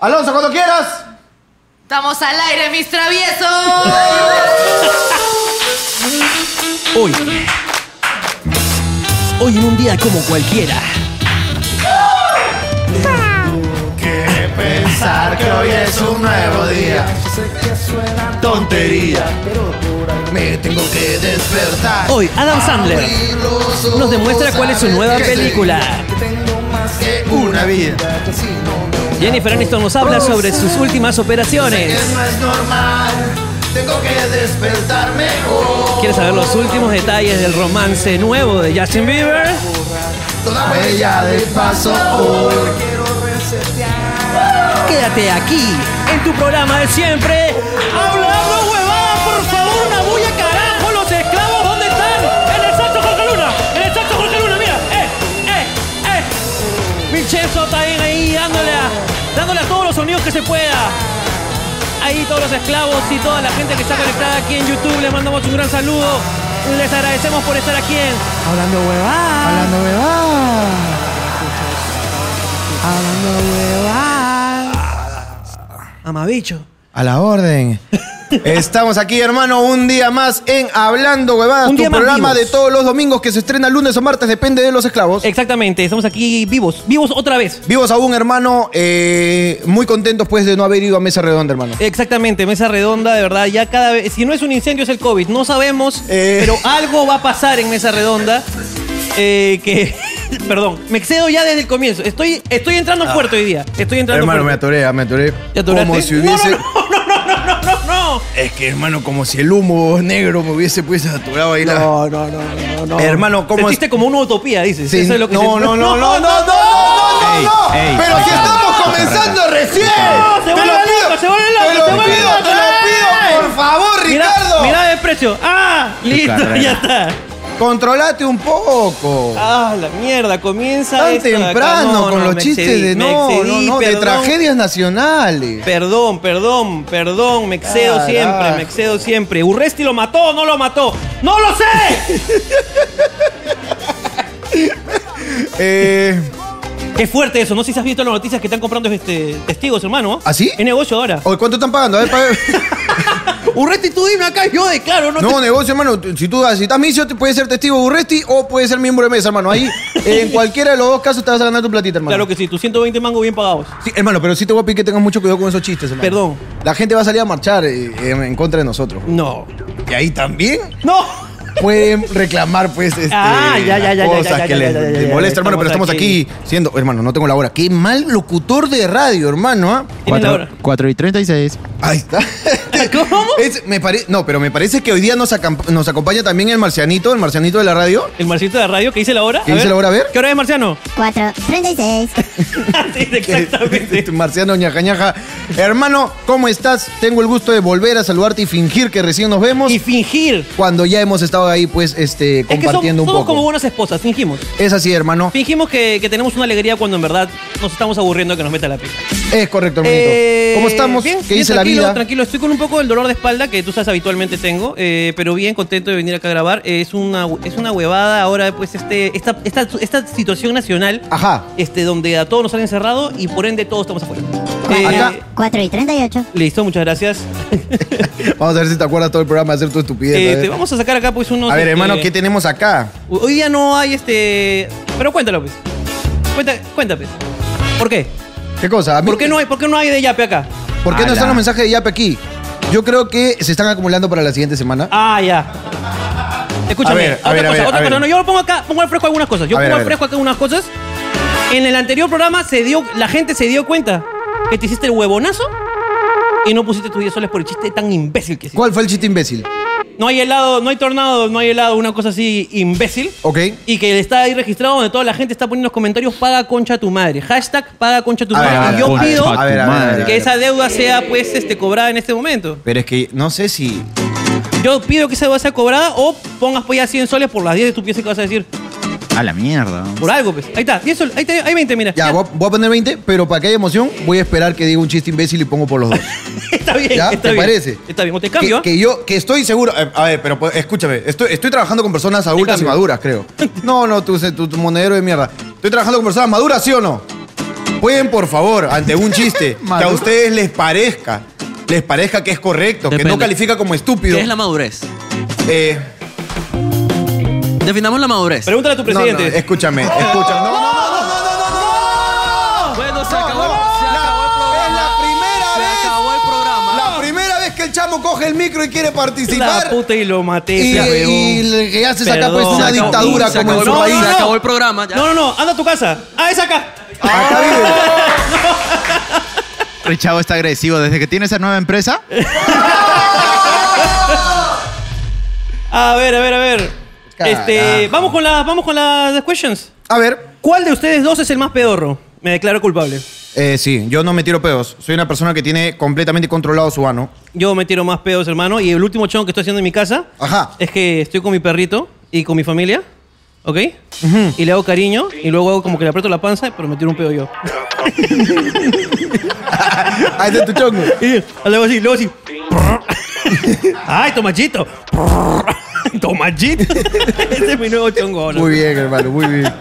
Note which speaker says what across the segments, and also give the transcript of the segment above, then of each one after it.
Speaker 1: Alonso, cuando quieras.
Speaker 2: Estamos al aire, mis traviesos.
Speaker 3: Hoy. Hoy en un día como cualquiera.
Speaker 1: Que pensar que hoy es un nuevo día. Tontería. Me tengo que despertar.
Speaker 3: Hoy Adam Sandler nos demuestra cuál es su nueva película.
Speaker 1: Que una vida.
Speaker 3: Jennifer Aniston nos habla sobre sus últimas operaciones.
Speaker 1: no es normal. Tengo que despertarme hoy.
Speaker 3: ¿Quieres saber los últimos detalles del romance nuevo de Justin Bieber?
Speaker 1: Toda huella de paso hoy.
Speaker 3: Quédate aquí en tu programa de siempre. Hablando huevada, por favor, una bulla carajo. Los esclavos, ¿dónde están? En el Santo Jorge Luna. En el Santo Jorge Luna, mira. Eh, eh, eh. Vincenzo está ahí, ahí dándole a, dándole a todos los sonidos que se pueda. Ahí todos los esclavos y toda la gente que está conectada aquí en YouTube, les mandamos un gran saludo. Les agradecemos por estar aquí en Hablando Huevada.
Speaker 4: Hablando huevada. Hablando huevada.
Speaker 3: Amabicho.
Speaker 1: A la orden. Estamos aquí, hermano, un día más en Hablando Huevadas,
Speaker 3: Un
Speaker 1: tu
Speaker 3: día más
Speaker 1: programa
Speaker 3: vivos.
Speaker 1: de todos los domingos que se estrena lunes o martes, depende de los esclavos.
Speaker 3: Exactamente, estamos aquí vivos, vivos otra vez.
Speaker 1: Vivos aún, hermano, eh, muy contentos pues de no haber ido a Mesa Redonda, hermano.
Speaker 3: Exactamente, mesa redonda, de verdad, ya cada vez, si no es un incendio es el COVID, no sabemos,
Speaker 1: Eh.
Speaker 3: pero algo va a pasar en mesa redonda. eh, que, perdón, me excedo ya desde el comienzo, estoy, estoy entrando fuerte hoy día, estoy entrando
Speaker 1: Ah. hermano, me
Speaker 3: fuerte.
Speaker 1: atoré, ah, me atoré.
Speaker 3: ¿Ya te
Speaker 1: como
Speaker 3: duraste?
Speaker 1: si hubiese...
Speaker 3: No, no, no, no, no, no, no, no.
Speaker 1: Es que, hermano, como si el humo negro me hubiese pues aturado ahí la...
Speaker 4: No, no, no, no, no.
Speaker 1: Hermano, ¿cómo es?
Speaker 3: Sentiste como una utopía, dices.
Speaker 1: Sí,
Speaker 3: Eso es lo que
Speaker 1: no,
Speaker 3: sentí.
Speaker 1: no, no, no, no, no, no,
Speaker 5: Ey,
Speaker 1: no,
Speaker 5: ey,
Speaker 1: Pero si
Speaker 5: ahí está.
Speaker 1: estamos comenzando recién.
Speaker 3: No, se
Speaker 1: Te lo
Speaker 3: vuelve
Speaker 1: pido,
Speaker 3: loco, se vuelve loco,
Speaker 1: Te lo
Speaker 3: se vuelve
Speaker 1: pido,
Speaker 3: loco.
Speaker 1: te lo pido, por favor,
Speaker 3: Mira,
Speaker 1: Ricardo.
Speaker 3: mira el precio. Ah, listo,
Speaker 5: carrera.
Speaker 3: ya está.
Speaker 1: Controlate un poco.
Speaker 3: Ah, la mierda, comienza
Speaker 1: Tan
Speaker 3: esto de acá.
Speaker 1: temprano
Speaker 3: No,
Speaker 1: con
Speaker 3: no,
Speaker 1: los
Speaker 3: me
Speaker 1: chistes
Speaker 3: excedí,
Speaker 1: de
Speaker 3: me
Speaker 1: no,
Speaker 3: excedí,
Speaker 1: no, no, de
Speaker 3: perdón.
Speaker 1: tragedias nacionales.
Speaker 3: Perdón, perdón, perdón, me excedo
Speaker 1: Carajo.
Speaker 3: siempre, me excedo siempre. ¿Urresti lo mató o no lo mató? ¡No lo sé!
Speaker 1: Eh,
Speaker 3: Qué fuerte eso, no sé si has visto las noticias que están comprando este, testigos, hermano.
Speaker 1: ¿Ah, sí?
Speaker 3: Es negocio ahora.
Speaker 1: oye, ¿Cuánto están pagando? A ver, pa' ver.
Speaker 3: Urresti, tú dime acá, yo declaro, no,
Speaker 1: Oh. No, negocio, hermano. Si tú si estás misio, te puedes ser testigo Burresti o puedes ser miembro de mesa, hermano. Ahí, en cualquiera de los dos casos, te vas a ganar tu platita, hermano.
Speaker 3: Claro que sí, tus 120 mangos bien pagados.
Speaker 1: Sí, hermano, pero sí te voy a pedir que tengas mucho cuidado con esos chistes, hermano.
Speaker 3: Perdón.
Speaker 1: La gente va a salir a marchar eh, en, en contra de nosotros.
Speaker 3: No.
Speaker 1: Y ahí también
Speaker 3: ¡No!
Speaker 1: pueden reclamar, pues, este,
Speaker 3: Ah, ya, ya, ya, ya,
Speaker 1: las cosas
Speaker 3: ya, ya,
Speaker 1: que
Speaker 3: ya,
Speaker 1: les,
Speaker 3: ya, ya, ya,
Speaker 1: les
Speaker 3: ya,
Speaker 1: molesta, hermano. Pero
Speaker 3: estamos
Speaker 1: estamos aquí. siendo, hermano, no tengo la hora. Qué mal locutor de radio, hermano, ¿ah?
Speaker 3: Tienes la hora.
Speaker 5: 4 y 36.
Speaker 1: Ahí está.
Speaker 3: ¿Cómo?
Speaker 1: Es- me pare- no, pero me parece que hoy día nos, acamp- nos acompaña también el marcianito, el marcianito de la radio.
Speaker 3: El marcito de radio, ¿qué dice la hora?
Speaker 1: ¿Qué dice la hora? A ver.
Speaker 3: ¿Qué hora es, Marciano?
Speaker 6: 4, 36.
Speaker 3: Sí, exactamente.
Speaker 1: Este Marciano ñaja ñaja. Hermano, ¿cómo estás? Tengo el gusto de volver a saludarte y fingir que recién nos vemos.
Speaker 3: Y fingir.
Speaker 1: cuando ya hemos estado ahí, pues, este,
Speaker 3: Es que somos,
Speaker 1: compartiendo
Speaker 3: somos
Speaker 1: un poco.
Speaker 3: como buenas esposas, fingimos.
Speaker 1: Es así, hermano.
Speaker 3: Fingimos que, que tenemos una alegría cuando en verdad nos estamos aburriendo de que nos meta la pica.
Speaker 1: Es correcto, hermanito.
Speaker 3: Eh,
Speaker 1: ¿Cómo estamos?
Speaker 3: Bien,
Speaker 1: ¿Qué
Speaker 3: bien,
Speaker 1: dice la
Speaker 3: tranquilo,
Speaker 1: vida?
Speaker 3: Tranquilo, estoy con un poco del dolor de espalda que tú sabes habitualmente tengo, eh, pero bien contento de venir acá a grabar. Eh, es, una, es una huevada ahora, pues, este, esta, esta, esta situación nacional,
Speaker 1: Ajá.
Speaker 3: este, donde a todos nos han encerrado y por ende todos estamos afuera. Eh,
Speaker 1: Acá.
Speaker 6: 4 y 38.
Speaker 3: Listo, muchas gracias.
Speaker 1: Vamos a ver si te acuerdas todo el programa de hacer tu estupidez.
Speaker 3: Eh,
Speaker 1: a ver,
Speaker 3: te vamos a sacar acá, pues, unos.
Speaker 1: A ver,
Speaker 3: este,
Speaker 1: hermano, ¿qué tenemos acá?
Speaker 3: Hoy día no hay este. Pero cuéntalo, pues. Cuenta, cuenta, pues. ¿Por qué?
Speaker 1: ¿Qué cosa? A mí-
Speaker 3: ¿Por qué no hay, por qué no hay de yape acá?
Speaker 1: ¿Por qué no
Speaker 5: Ala.
Speaker 1: están los mensajes de Yape aquí? Yo creo que se están acumulando para la siguiente semana.
Speaker 3: Ah, ya.
Speaker 1: A
Speaker 3: Escúchame,
Speaker 1: ver, a
Speaker 3: otra
Speaker 1: ver, a
Speaker 3: cosa,
Speaker 1: ver,
Speaker 3: otra
Speaker 1: a ver.
Speaker 3: cosa. No, yo pongo acá, pongo al fresco algunas cosas. Yo
Speaker 1: A ver,
Speaker 3: pongo
Speaker 1: a
Speaker 3: al
Speaker 1: ver.
Speaker 3: fresco acá algunas cosas. En el anterior programa se dio, la gente se dio cuenta que te hiciste el huevonazo y no pusiste tus 10 soles por el chiste tan imbécil que hiciste.
Speaker 1: ¿Cuál fue el chiste imbécil?
Speaker 3: No hay helado, no hay tornado, no hay helado, una cosa así imbécil.
Speaker 1: Ok.
Speaker 3: Y que está ahí registrado donde toda la gente está poniendo los comentarios paga concha tu madre. Hashtag paga concha tu
Speaker 1: A ver,
Speaker 3: madre.
Speaker 1: a ver,
Speaker 3: y yo
Speaker 1: a ver,
Speaker 3: pido
Speaker 1: a ver, a ver, a ver, a ver.
Speaker 3: que esa deuda sea pues este, cobrada en este momento.
Speaker 1: Pero es que no sé si.
Speaker 3: Yo pido que esa deuda sea cobrada o pongas pues ya 100 soles por las 10 estupideces que vas a decir.
Speaker 5: A la mierda.
Speaker 3: Por algo, pues. Ahí está, 10 soles. Ahí, te, ahí 20, mira.
Speaker 1: Ya, voy a, voy a poner 20, pero para que haya emoción, voy a esperar que diga un chiste imbécil y pongo por los dos.
Speaker 3: está bien.
Speaker 1: ¿Ya?
Speaker 3: está
Speaker 1: ¿Te
Speaker 3: bien.
Speaker 1: parece?
Speaker 3: Está bien, o te
Speaker 1: Que-
Speaker 3: cambio. ¿ah?
Speaker 1: Que, yo, que estoy seguro. eh, A ver, pero pues, escúchame, estoy, estoy trabajando con personas adultas y
Speaker 3: cambio.
Speaker 1: maduras, creo. No, no, tú, se- tú- tu monedero de mierda. Estoy trabajando con personas maduras, ¿sí o no? Pueden, por favor, ante un chiste que a
Speaker 5: Maduro.
Speaker 1: ustedes les parezca, les parezca que es correcto, que no
Speaker 7: Depende.
Speaker 1: califica como estúpido.
Speaker 7: ¿Qué es la madurez?
Speaker 1: Eh,
Speaker 7: Definamos la madurez.
Speaker 3: Pregúntale a tu
Speaker 1: no, no,
Speaker 3: presidente. ¡Oh!
Speaker 1: escúchame, escúchame. No, no, no, no, no, no,
Speaker 7: Bueno, se
Speaker 1: no,
Speaker 7: acabó,
Speaker 3: ¡Oh!
Speaker 1: no.
Speaker 7: se
Speaker 1: La-
Speaker 7: acabó el
Speaker 1: es la
Speaker 7: programa.
Speaker 1: primera
Speaker 7: Se
Speaker 1: vez.
Speaker 7: acabó el programa.
Speaker 1: La primera vez que el chamo coge el micro y quiere
Speaker 3: La
Speaker 1: participar.
Speaker 3: puta y lo maté.
Speaker 1: y,
Speaker 3: ese huevón.
Speaker 1: y el que haces acá
Speaker 3: Perdón.
Speaker 1: pues
Speaker 7: Se
Speaker 1: una
Speaker 7: acabó,
Speaker 1: dictadura
Speaker 7: se
Speaker 1: como en
Speaker 7: acabó
Speaker 1: su
Speaker 7: el-
Speaker 1: país.
Speaker 7: Se acabó el programa. Ya.
Speaker 3: No, no, no, anda a tu casa. Ah, es acá.
Speaker 1: Acá vive.
Speaker 5: El chavo está agresivo desde que tiene esa nueva empresa.
Speaker 3: A ver, a ver, a ver.
Speaker 1: Carajo.
Speaker 3: Este, vamos con las vamos con las questions.
Speaker 1: A ver.
Speaker 3: ¿Cuál de ustedes dos es el más pedorro? Me declaro culpable.
Speaker 1: Eh, sí, yo no me tiro pedos. Soy una persona que tiene completamente controlado su ano.
Speaker 3: Yo me tiro más pedos, hermano. Y el último chon que estoy haciendo en mi casa
Speaker 1: Ajá.
Speaker 3: es que estoy con mi perrito y con mi familia. ¿Ok? Y le hago cariño y luego hago como que le aprieto la panza, pero me tiro un pedo yo.
Speaker 1: Ahí está tu chongo.
Speaker 3: Y luego así, luego así. ¡Ay, tomachito! ¡Tomachito! Ese es mi nuevo chongo. ahora.
Speaker 1: Muy bien, hermano, muy bien.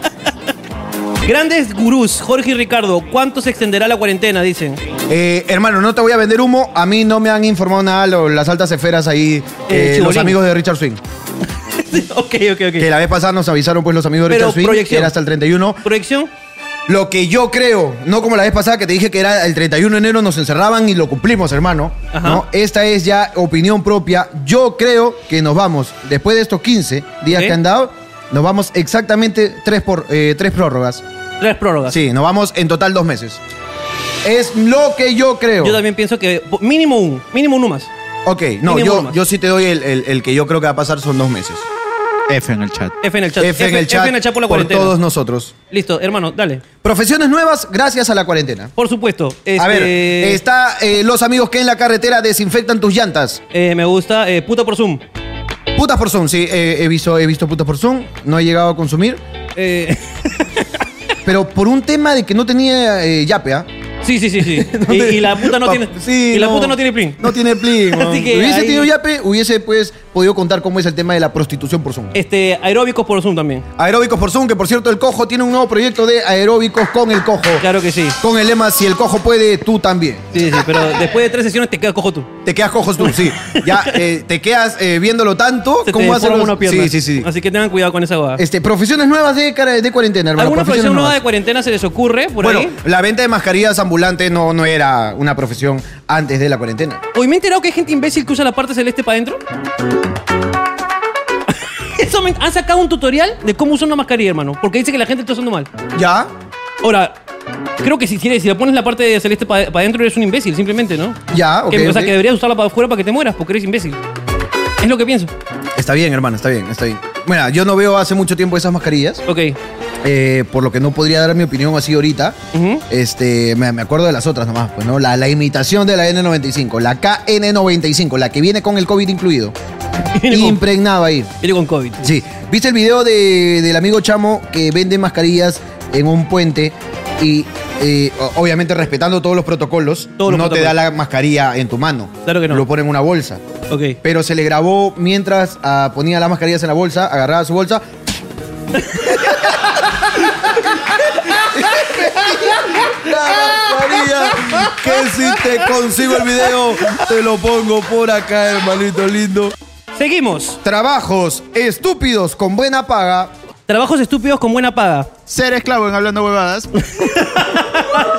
Speaker 3: Grandes gurús, Jorge y Ricardo, ¿cuánto se extenderá la cuarentena? Dicen.
Speaker 1: Eh, hermano, no te voy a vender humo. A mí no me han informado nada lo- las altas esferas ahí,
Speaker 3: Eh,
Speaker 1: eh, los
Speaker 3: Chibolín.
Speaker 1: amigos de Richard Swing.
Speaker 3: ok, ok, ok.
Speaker 1: Que la vez pasada nos avisaron pues los amigos de
Speaker 3: Pero
Speaker 1: Richard Swing, que
Speaker 3: proyección.
Speaker 1: era hasta el 31.
Speaker 3: Proyección.
Speaker 1: Lo que yo creo, no como la vez pasada que te dije que era el 31 de enero, nos encerraban y lo cumplimos, hermano.
Speaker 3: Ajá.
Speaker 1: ¿no? Esta es ya opinión propia. Yo creo que nos vamos, después de estos 15 días
Speaker 3: Ok.
Speaker 1: que han dado, nos vamos exactamente tres, por, eh, tres prórrogas.
Speaker 3: Tres prórrogas.
Speaker 1: Sí, nos vamos en total dos meses. Es lo que yo creo.
Speaker 3: Yo también pienso que po- mínimo un, mínimo uno más.
Speaker 1: Ok, no,
Speaker 3: Mínimo uno
Speaker 1: yo,
Speaker 3: más.
Speaker 1: yo sí te doy el, el- el que yo creo que va a pasar son dos meses.
Speaker 5: F en el chat.
Speaker 3: F en el chat.
Speaker 1: F en el chat,
Speaker 3: F en el chat por la
Speaker 1: por
Speaker 3: cuarentena.
Speaker 1: todos nosotros.
Speaker 3: Listo, hermano, dale.
Speaker 1: Profesiones nuevas gracias a la cuarentena.
Speaker 3: Por supuesto.
Speaker 1: A
Speaker 3: este,
Speaker 1: ver, está eh, los amigos que en la carretera desinfectan tus llantas.
Speaker 3: eh, me gusta eh, puta por Zoom.
Speaker 1: Putas por Zoom, sí, eh, he, visto, he visto putas por Zoom, no he llegado a consumir,
Speaker 3: Eh,
Speaker 1: pero por un tema de que no tenía eh, yape, ¿ah?
Speaker 3: sí, sí, sí, sí. y, y la puta no
Speaker 1: Pa-
Speaker 3: tiene.
Speaker 1: sí,
Speaker 3: y la puta no tiene print.
Speaker 1: No tiene plin. weón.
Speaker 3: Así que
Speaker 1: hubiese
Speaker 3: ahí-
Speaker 1: tenido yape, hubiese pues podido contar cómo es el tema de la prostitución por Zoom.
Speaker 3: Este, aeróbicos por Zoom también.
Speaker 1: Aeróbicos por Zoom, que por cierto el Cojo tiene un nuevo proyecto de aeróbicos con el Cojo.
Speaker 3: Claro que sí.
Speaker 1: Con el lema, si el Cojo puede, tú también.
Speaker 3: Sí, sí, pero después de tres sesiones te quedas cojo tú.
Speaker 1: Te quedas cojos tú, sí. Ya eh, te quedas eh, viéndolo tanto.
Speaker 3: Se te
Speaker 1: ¿Cómo hacen
Speaker 3: deforma
Speaker 1: los-
Speaker 3: una pierna.
Speaker 1: Sí, sí, sí.
Speaker 3: Así que tengan cuidado con esa guada.
Speaker 1: Este, profesiones nuevas de, cara- de cuarentena, hermano.
Speaker 3: ¿Alguna
Speaker 1: profesiones
Speaker 3: profesión nueva
Speaker 1: nuevas.
Speaker 3: de cuarentena se les ocurre por
Speaker 1: bueno,
Speaker 3: ahí?
Speaker 1: la venta de mascarillas ambulantes no, no era una profesión antes de la cuarentena.
Speaker 3: Hoy me he enterado que hay gente imbécil que usa la parte celeste para adentro. Eso me- han sacado un tutorial de cómo usar una mascarilla, hermano. Porque dice que la gente está usando mal.
Speaker 1: ¿Ya?
Speaker 3: Ahora, creo que si, tienes- si la pones la parte de celeste para adentro, eres un imbécil, simplemente, ¿no?
Speaker 1: Ya, ok,
Speaker 3: Que- O sea,
Speaker 1: ok.
Speaker 3: que deberías usarla para afuera para que te mueras, porque eres imbécil. Es lo que pienso.
Speaker 1: Está bien, hermano, está bien, está bien. Bueno, yo no veo hace mucho tiempo esas mascarillas,
Speaker 3: Ok.
Speaker 1: eh, por lo que no podría dar mi opinión así ahorita.
Speaker 3: Ujú.
Speaker 1: Este, me, me acuerdo de las otras nomás, pues, ¿no? La, la imitación de la N95, la KN95, la que viene con el COVID incluido.
Speaker 3: Viene con-
Speaker 1: Impregnaba ahí.
Speaker 3: Viene con COVID.
Speaker 1: Sí. ¿Viste el video de- del amigo Chamo que vende mascarillas en un puente y eh, o- obviamente respetando todos los protocolos,
Speaker 3: Todos los
Speaker 1: no te da
Speaker 3: protocolos.
Speaker 1: la mascarilla en tu mano?
Speaker 3: Claro que no.
Speaker 1: Lo pone en una bolsa.
Speaker 3: Ok.
Speaker 1: Pero se le grabó mientras ah, ponía las mascarillas en la bolsa, agarraba su bolsa. La mascarilla, que si te consigo el video, te lo pongo por acá, hermanito lindo.
Speaker 3: Seguimos.
Speaker 1: Trabajos estúpidos con buena paga.
Speaker 3: Trabajos estúpidos con buena paga.
Speaker 5: Ser esclavo en hablando huevadas.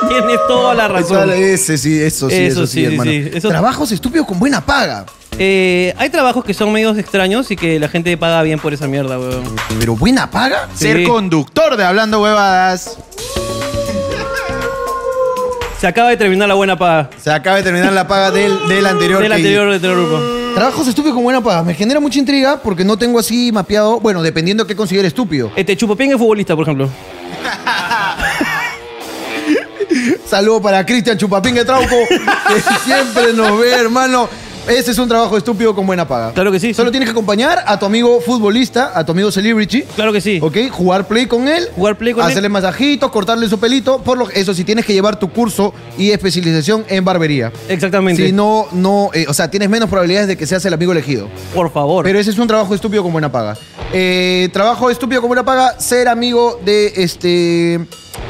Speaker 3: Tienes toda la razón.
Speaker 1: Ese sí, eso sí, eso,
Speaker 3: Eso
Speaker 1: sí,
Speaker 3: sí,
Speaker 1: hermano.
Speaker 3: sí, eso-
Speaker 1: Trabajos estúpidos con buena paga.
Speaker 3: Eh, hay trabajos que son medios extraños y que la gente paga bien por esa mierda, weón.
Speaker 1: ¿Pero buena paga?
Speaker 5: Ser conductor de hablando huevadas.
Speaker 3: Se acaba de terminar la buena paga
Speaker 1: Se acaba de terminar la paga del, del anterior.
Speaker 3: del
Speaker 1: que-
Speaker 3: anterior de otro grupo.
Speaker 1: Trabajos estúpidos con buena paga. Me genera mucha intriga porque no tengo así mapeado. Bueno, dependiendo de qué considere estúpido.
Speaker 3: Este Chupopín es futbolista, por ejemplo.
Speaker 1: Saludo para Cristian Chupapín de Trauco, que siempre nos ve, hermano. Ese es un trabajo estúpido con buena paga.
Speaker 3: Claro que sí.
Speaker 1: Solo tienes que acompañar a tu amigo futbolista, a tu amigo celebrity.
Speaker 3: Claro que sí.
Speaker 1: ¿Ok? Jugar play con él.
Speaker 3: Jugar play con él.
Speaker 1: Hacerle masajitos, cortarle su pelito. Por lo eso sí tienes que llevar tu curso y especialización en barbería.
Speaker 3: Exactamente.
Speaker 1: Si no, no, eh, o sea, tienes menos probabilidades de que seas el amigo elegido.
Speaker 3: Por favor.
Speaker 1: Pero ese es un trabajo estúpido con buena paga. Eh, trabajo estúpido con buena paga, ser amigo de este.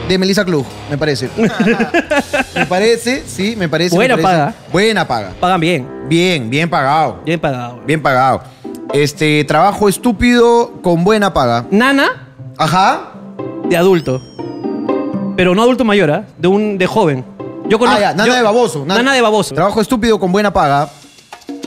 Speaker 1: de Melissa Club, me parece. me parece, sí, me parece. me
Speaker 3: Buena
Speaker 1: parece.
Speaker 3: paga.
Speaker 1: Buena paga.
Speaker 3: Pagan bien.
Speaker 1: Bien, bien pagado.
Speaker 3: Bien pagado.
Speaker 1: Bien pagado. Este, trabajo estúpido con buena paga.
Speaker 3: Nana
Speaker 1: Ajá.
Speaker 3: de adulto. Pero no adulto mayor, ¿ah? De un de joven. Yo
Speaker 1: Ah, ya, nana
Speaker 3: yo-
Speaker 1: de baboso.
Speaker 3: Nana, de baboso.
Speaker 1: Trabajo estúpido con buena paga.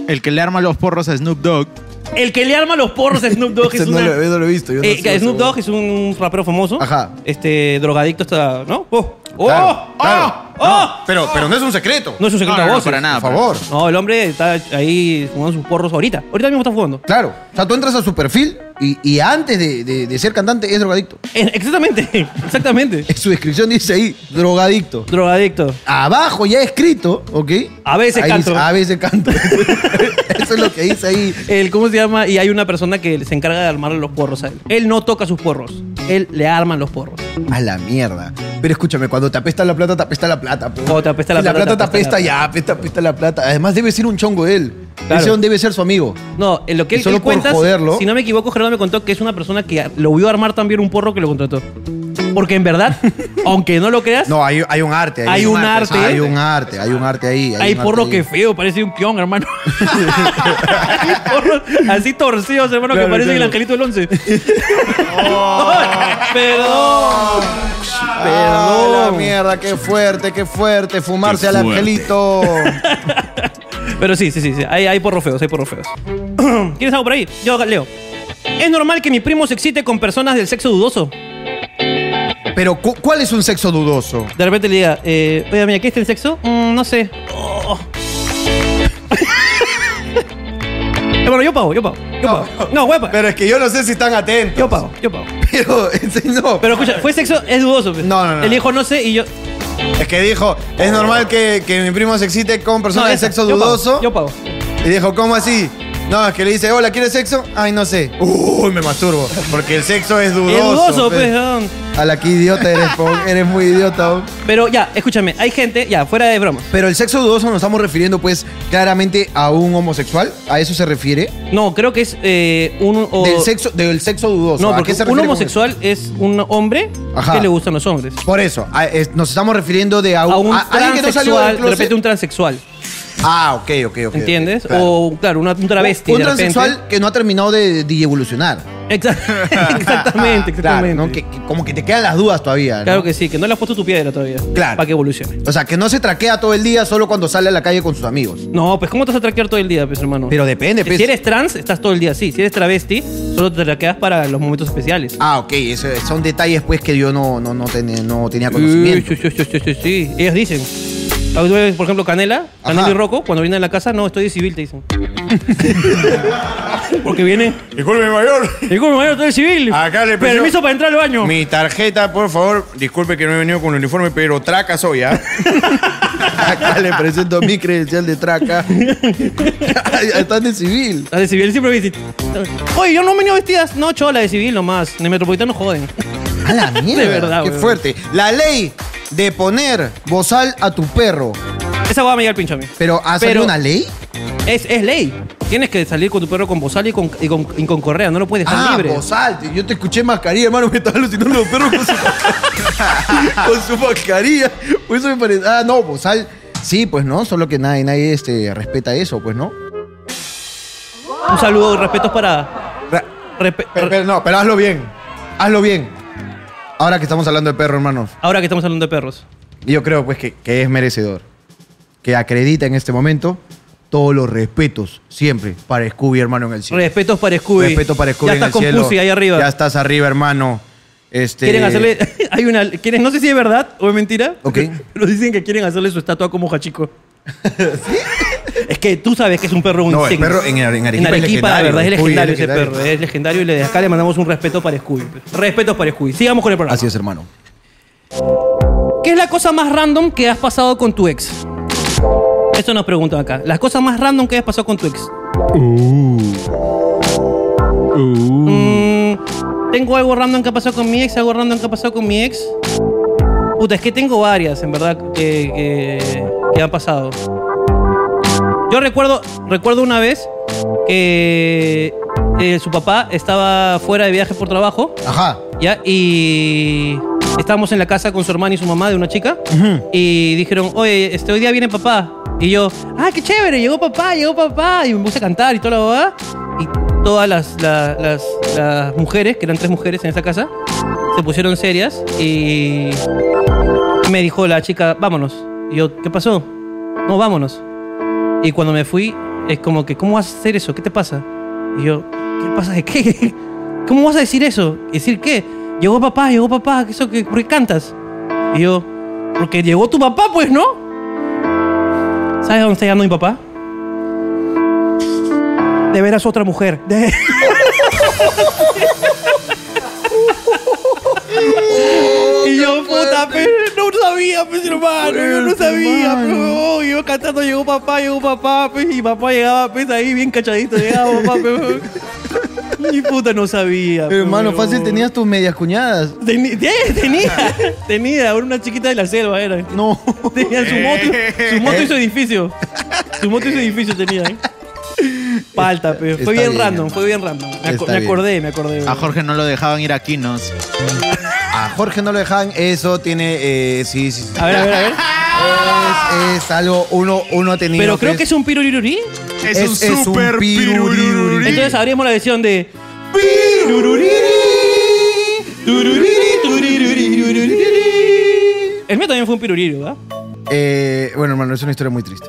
Speaker 5: El que le arma los porros a Snoop Dogg.
Speaker 3: El que le arma los porros a Snoop Dogg es
Speaker 1: Eso Este, no,
Speaker 3: una...
Speaker 1: lo, eso no lo he visto. yo no
Speaker 3: Eh,
Speaker 1: sé,
Speaker 3: que Snoop
Speaker 1: seguro.
Speaker 3: Dogg es un rapero famoso.
Speaker 1: Ajá.
Speaker 3: Este, drogadicto está. ¿No? ¡Oh! ¡Oh!
Speaker 1: Claro,
Speaker 3: ¡Oh!
Speaker 1: claro.
Speaker 3: ¡Oh!
Speaker 1: Pero, pero no es un secreto.
Speaker 3: No es un secreto
Speaker 5: No,
Speaker 3: a
Speaker 5: no, no,
Speaker 3: voces.
Speaker 5: para nada.
Speaker 1: Por favor.
Speaker 3: No, el hombre está ahí fumando sus porros ahorita. Ahorita mismo está fumando.
Speaker 1: Claro. O sea, tú entras a su perfil y, y antes de, de- de ser cantante es drogadicto.
Speaker 3: Eh, Exactamente, exactamente.
Speaker 1: En su descripción dice ahí, drogadicto.
Speaker 3: Drogadicto.
Speaker 1: Abajo ya escrito, ¿ok?
Speaker 3: A veces
Speaker 1: Ahí
Speaker 3: canto.
Speaker 1: dice, a veces canto. Eso es lo que dice ahí.
Speaker 3: El, ¿Cómo se llama? Y hay una persona que se encarga de armarle los porros a él. Él no toca sus porros. Él le arma los porros.
Speaker 1: A la mierda. Pero escúchame, cuando te apesta la plata, te apesta la plata. po.
Speaker 3: Cuando te apesta la
Speaker 1: Si
Speaker 3: plata,
Speaker 1: te apesta, ya, apesta, apesta la plata. Además, debe ser un chongo él.
Speaker 3: Claro.
Speaker 1: Ese don debe ser su amigo.
Speaker 3: No, en lo que
Speaker 1: Y
Speaker 3: él,
Speaker 1: solo
Speaker 3: él cuenta,
Speaker 1: por joderlo.
Speaker 3: si no me equivoco, Gerardo me contó que es una persona que lo vio armar también un porro que lo contrató. Porque en verdad, aunque no lo creas,
Speaker 1: No, hay, hay un arte. ahí.
Speaker 3: Hay un arte.
Speaker 1: Hay un arte, hay un arte ahí.
Speaker 3: hay
Speaker 1: un
Speaker 3: porro
Speaker 1: arte
Speaker 3: que
Speaker 1: ahí.
Speaker 3: feo, parece un peón, hermano. Hay porros así torcidos, hermano, que parecen el angelito del once. Perdón.
Speaker 1: Ah, la mierda, qué fuerte, qué fuerte. Fumarse al angelito.
Speaker 3: Pero sí, sí, sí, sí. Hay, hay porros feos, hay porros feos. ¿Tienes algo por ahí? Yo leo. ¿Es normal que mi primo se excite con personas del sexo dudoso?
Speaker 1: Pero, ¿cu- ¿cuál es un sexo dudoso?
Speaker 3: De repente le diga, eh, oye, mira, ¿qué es el sexo? Mm, no sé. Oh. Eh, bueno, yo pago, yo pago, yo pago. No, voy a pagar.
Speaker 1: es que yo no sé si están atentos.
Speaker 3: Yo pago, yo pago.
Speaker 1: Pero, ese no.
Speaker 3: Pero escucha, fue sexo, es dudoso. pues.
Speaker 1: No, no, no.
Speaker 3: Él dijo, no sé, y yo...
Speaker 1: Es que dijo, es normal que, que mi primo se excite con personas
Speaker 3: no,
Speaker 1: de
Speaker 3: esa,
Speaker 1: sexo
Speaker 3: yo pago,
Speaker 1: dudoso.
Speaker 3: Yo pago.
Speaker 1: Y dijo, ¿cómo así? No, es que le dice, hola, ¿quieres sexo? Ay, no sé. Uy, me masturbo. Porque el sexo es dudoso.
Speaker 3: Es dudoso,
Speaker 1: pe.
Speaker 3: pues. weón.
Speaker 1: A la que idiota eres, po. Eres muy idiota. po.
Speaker 3: Pero ya, escúchame, hay gente, ya, fuera de broma.
Speaker 1: Pero el sexo dudoso nos estamos refiriendo, pues, claramente a un homosexual. ¿A eso se refiere?
Speaker 3: No, creo que es eh, un... o-
Speaker 1: Del sexo, del sexo dudoso.
Speaker 3: No,
Speaker 1: Pues, ¿A
Speaker 3: porque
Speaker 1: qué se
Speaker 3: un
Speaker 1: refiere con eso?
Speaker 3: homosexual es un hombre
Speaker 1: Ajá.
Speaker 3: que le gustan los hombres.
Speaker 1: Por eso, a- es- nos estamos refiriendo de a,
Speaker 3: A un
Speaker 1: a- a alguien que no salió del
Speaker 3: transexual, de
Speaker 1: closet.
Speaker 3: repente un transexual.
Speaker 1: Ah, ok, ok, ok, ok.
Speaker 3: ¿Entiendes?
Speaker 1: Claro.
Speaker 3: O, claro, una, un travesti.
Speaker 1: Un
Speaker 3: de repente.
Speaker 1: transexual que no ha terminado de, de evolucionar.
Speaker 3: Exact- exactamente, exactamente.
Speaker 1: Claro,
Speaker 3: Claro,
Speaker 1: ¿no? que, que como que te quedan las dudas todavía. ¿no?
Speaker 3: que sí, que no le has puesto tu piedra todavía.
Speaker 1: Claro.
Speaker 3: Para que evolucione.
Speaker 1: O sea, que no se traquea todo el día solo cuando sale a la calle con sus amigos.
Speaker 3: No, pues ¿cómo te vas a traquear todo el día, pues, hermano?
Speaker 1: Pero depende, pues.
Speaker 3: Si eres trans, estás todo el día así. Si eres travesti, solo te traqueas para los momentos especiales.
Speaker 1: Ah, ok, eso- son detalles pues que yo no, no, no, ten- no tenía conocimiento. pues.
Speaker 3: Sí, sí, sí, sí, sí, sí. Ellas dicen. Ah, tú ves, Por ejemplo, Canela, Canela
Speaker 1: Ajá.
Speaker 3: y Rocco, cuando vienen a la casa, no, estoy de civil, te dicen. Porque vienen.
Speaker 8: Disculpe, mayor.
Speaker 3: Disculpe, mayor, estoy de civil.
Speaker 8: Acá le pido-
Speaker 3: Permiso para entrar al baño.
Speaker 8: Mi tarjeta, por favor. Disculpe que no he venido con el uniforme, pero traca soy, ¿ah?
Speaker 1: Acá le presento mi credencial de traca. Están de civil.
Speaker 3: La de civil siempre me dicen. Oye, yo no me he venido vestidas. No, chola, de civil nomás. En el metropolitano joden.
Speaker 1: A la mierda.
Speaker 3: De verdad,
Speaker 1: Qué
Speaker 3: weón.
Speaker 1: fuerte. La ley de poner bozal a tu perro.
Speaker 3: Esa va a me llega al pincho a mí.
Speaker 1: Pero ¿ha salido
Speaker 3: Pero-
Speaker 1: una ley?
Speaker 3: Es, es ley. Tienes que salir con tu perro con bozal y con, y con, y con correa. No lo puedes dejar
Speaker 1: Ah,
Speaker 3: libre.
Speaker 1: bozal. Yo te escuché mascarilla, hermano. Me estaban alucinando los perros con su, con su mascarilla. Por eso me parece. Ah, no, bozal. Sí, pues no, solo que nadie, nadie este, respeta eso, pues no.
Speaker 3: Un saludo y respetos para.
Speaker 1: Ra-
Speaker 3: respe-
Speaker 1: Pero,
Speaker 3: re-
Speaker 1: pero no, pero hazlo bien. Hazlo bien. Ahora que estamos hablando de perro, hermanos.
Speaker 3: ahora que estamos hablando de perros.
Speaker 1: Yo creo pues que, que es merecedor. Que acredita en este momento todos los respetos siempre para Scooby, hermano, en el cielo.
Speaker 3: Respetos para Scooby.
Speaker 1: Respeto para Scooby
Speaker 3: Ya
Speaker 1: en
Speaker 3: estás
Speaker 1: el
Speaker 3: con
Speaker 1: cielo.
Speaker 3: Pussy ahí arriba.
Speaker 1: Ya estás arriba, hermano. Este,
Speaker 3: Quieren hacerle. Hay una. Quieren, no sé si es verdad o es mentira.
Speaker 1: Ok.
Speaker 3: Pero dicen que quieren hacerle su estatua como Hachico. Es que tú sabes que es un perro un
Speaker 1: No, el perro en- en Arequipa es
Speaker 3: la
Speaker 1: legendario.
Speaker 3: verdad, es
Speaker 1: Scooby es
Speaker 3: legendario ese
Speaker 1: legendario.
Speaker 3: perro. Es legendario y le- acá le mandamos un respeto para Scooby. Respetos para Scooby. Sigamos con el programa.
Speaker 1: Así es, hermano.
Speaker 3: ¿Qué es la cosa más random que has pasado con tu ex? Esto nos preguntan acá. Las cosas más random que has pasado con tu ex. Mm, tengo algo random que ha pasado con mi ex, algo random que ha pasado con mi ex. Puta, es que tengo varias, en verdad, que, que, que han pasado. Yo recuerdo, recuerdo una vez que eh, su papá estaba fuera de viaje por trabajo.
Speaker 1: Ajá.
Speaker 3: ¿Ya? Y Estábamos en la casa con su hermana y su mamá de una chica y dijeron, oye, este, hoy día viene papá. Y yo, ah, qué chévere, llegó papá, llegó papá. Y me puse a cantar y toda la bobada. Y todas las, la- las, las mujeres, que eran tres mujeres en esa casa, se pusieron serias y me dijo la chica, vámonos. Y yo, ¿qué pasó? No, vámonos. Y cuando me fui, es como que, ¿cómo vas a hacer eso? ¿Qué te pasa? Y yo, ¿qué pasa de qué? ¿Cómo vas a decir eso? ¿Decir qué? Llegó papá, llegó papá, ¿qué eso? qué- ¿Por qué cantas? Y yo, porque llegó tu papá, pues, ¿no? ¿Sabes dónde está llegando mi papá? De veras otra mujer. De- y yo, puta, pero no sabía, pues, hermano. Yo no sabía, pero yo cantando, llegó papá, llegó papá, pues, y papá llegaba, pues, ahí bien cachadito, llegaba papá, pues. Y puta, no sabía. pues,
Speaker 1: Hermano,
Speaker 3: huevón.
Speaker 1: fácil tenías tus medias cuñadas.
Speaker 3: Teni- eh, tenía, tenía, era una chiquita de la selva, era.
Speaker 1: No. Eh.
Speaker 3: Tenía su moto, su moto y su edificio. Su moto y su edificio tenía. Palta, pero
Speaker 1: Está
Speaker 3: fue bien,
Speaker 1: bien,
Speaker 3: random,
Speaker 1: hermano.
Speaker 3: fue bien random. Me, aco-
Speaker 1: Está
Speaker 3: me
Speaker 1: bien.
Speaker 3: acordé, me acordé.
Speaker 5: A Jorge no lo dejaban ir a Quinos.
Speaker 1: A Jorge no lo dejan. Eso tiene. eh, sí, sí. sí.
Speaker 3: A ver, a ver, a ver.
Speaker 1: Es, es algo. Uno, uno ha tenido.
Speaker 3: Pero creo que es un piruriruri.
Speaker 1: Es, es un super piruriri.
Speaker 3: Entonces abrimos la versión de piruriri. tururiri, turiruri, turiruri. El mío también fue un piruriri, ¿verdad?
Speaker 1: Eh, bueno, hermano, es una historia muy triste.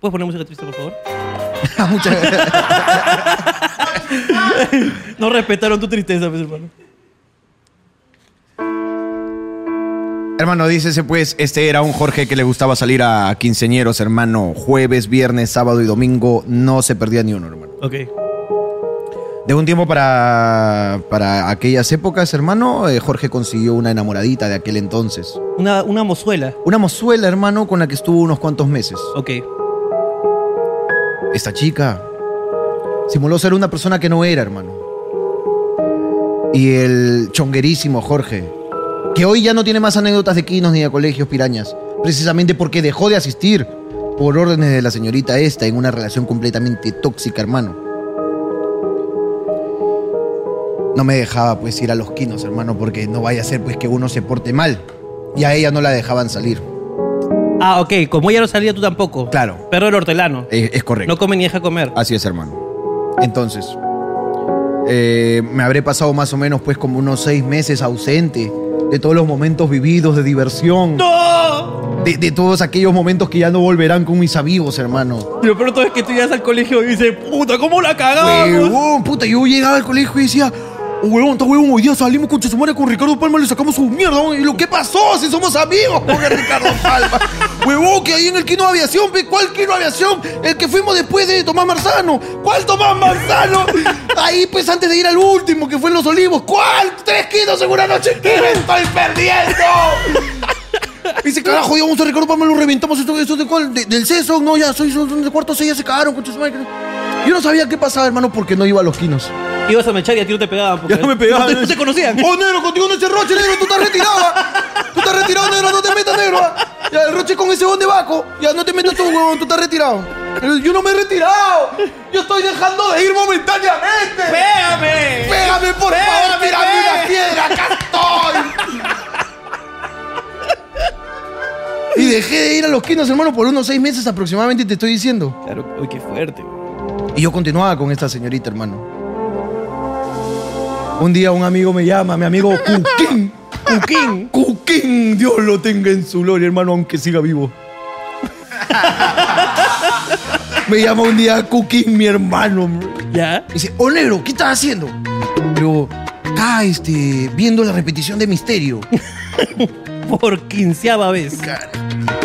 Speaker 3: ¿Puedes poner música triste, por favor?
Speaker 1: Muchas gracias.
Speaker 3: No respetaron tu tristeza, pues, hermano.
Speaker 1: Hermano, dícese pues, este era un Jorge que le gustaba salir a quinceñeros, hermano. Jueves, viernes, sábado y domingo. No se perdía ni uno, hermano.
Speaker 3: Ok.
Speaker 1: De un tiempo para, para aquellas épocas, hermano, eh, Jorge consiguió una enamoradita de aquel entonces.
Speaker 3: Una, una mozuela.
Speaker 1: Una mozuela, hermano, con la que estuvo unos cuantos meses.
Speaker 3: Ok.
Speaker 1: Esta chica simuló ser una persona que no era, hermano. Y el chonguerísimo Jorge, que hoy ya no tiene más anécdotas de quinos ni de colegios pirañas, precisamente porque dejó de asistir por órdenes de la señorita esta en una relación completamente tóxica, hermano. No me dejaba pues ir a los quinos, hermano, porque no vaya a ser pues que uno se porte mal. Y a ella no la dejaban salir.
Speaker 3: Ah, ok. Como ella no salía, tú tampoco.
Speaker 1: Claro. Ah.
Speaker 3: Perro del hortelano.
Speaker 1: Eh, es correcto.
Speaker 3: No come ni deja comer.
Speaker 1: Así es, hermano. Entonces, eh, me habré pasado más o menos pues como unos seis meses ausente de todos los momentos vividos de diversión.
Speaker 3: ¡No!
Speaker 1: De, de todos aquellos momentos que ya no volverán con mis amigos, hermano.
Speaker 3: Lo pronto es que tú llegas al colegio y dices, puta, ¿cómo la cagamos?
Speaker 1: Huevón, puta, yo llegaba al colegio y decía, huevón, está huevón, hoy día salimos con Chesumare con Ricardo Palma, le sacamos su mierda, huevón. ¿y lo que pasó? Si somos amigos con el Ricardo Palma. huevón, que ahí en el Kino Aviación, pe, ¿cuál Kino Aviación? El que fuimos después de Tomás Marzano. ¿Cuál Tomás Marzano? ahí, pues, antes de ir al último, que fue en Los Olivos. ¿Cuál? Tres kilos en una noche, ¿qué me estoy perdiendo? Dice, carajo, ya vamos a Ricardo Palma, lo reventamos. ¿Esto, esto de cuál? De- ¿Del Ceso? No, ya, soy, son de cuarto seis, ya se cagaron, con Yo no sabía qué pasaba, hermano, porque no iba a los quinos.
Speaker 3: Ibas a mechar y a ti no te pegaban. Porque
Speaker 1: Ya no me pegaban.
Speaker 3: No, te- no se conocían.
Speaker 1: ¡Oh, negro, contigo no ese roche, negro! ¡Tú estás retirado! ah! ¡Tú estás retirado, negro! ¡No te metas, negro! ah! Ya, el roche con ese bon de baco. Ya, no te metas tú, huevón, tú estás retirado. Pero Yo no me he retirado. Yo estoy dejando de ir momentáneamente.
Speaker 3: ¡Pégame!
Speaker 1: ¡Pégame, por favor! ¡Tírame una piedra! ¡Acá estoy! Y dejé de ir a los quinos, hermano, por unos seis meses aproximadamente, te estoy diciendo.
Speaker 3: Claro, uy, qué fuerte. güey.
Speaker 1: Y yo continuaba con esta señorita, hermano. Un día un amigo me llama, mi amigo Cuquín. Cuquín. Cuquín, Dios lo tenga en su gloria, hermano, aunque siga vivo. me llama un día Cuquín, mi hermano.
Speaker 3: ¿Ya?
Speaker 1: Me dice, oh negro, ¿qué estás haciendo? Pero acá, este, viendo la repetición de Misterio.
Speaker 3: Por quinceava vez.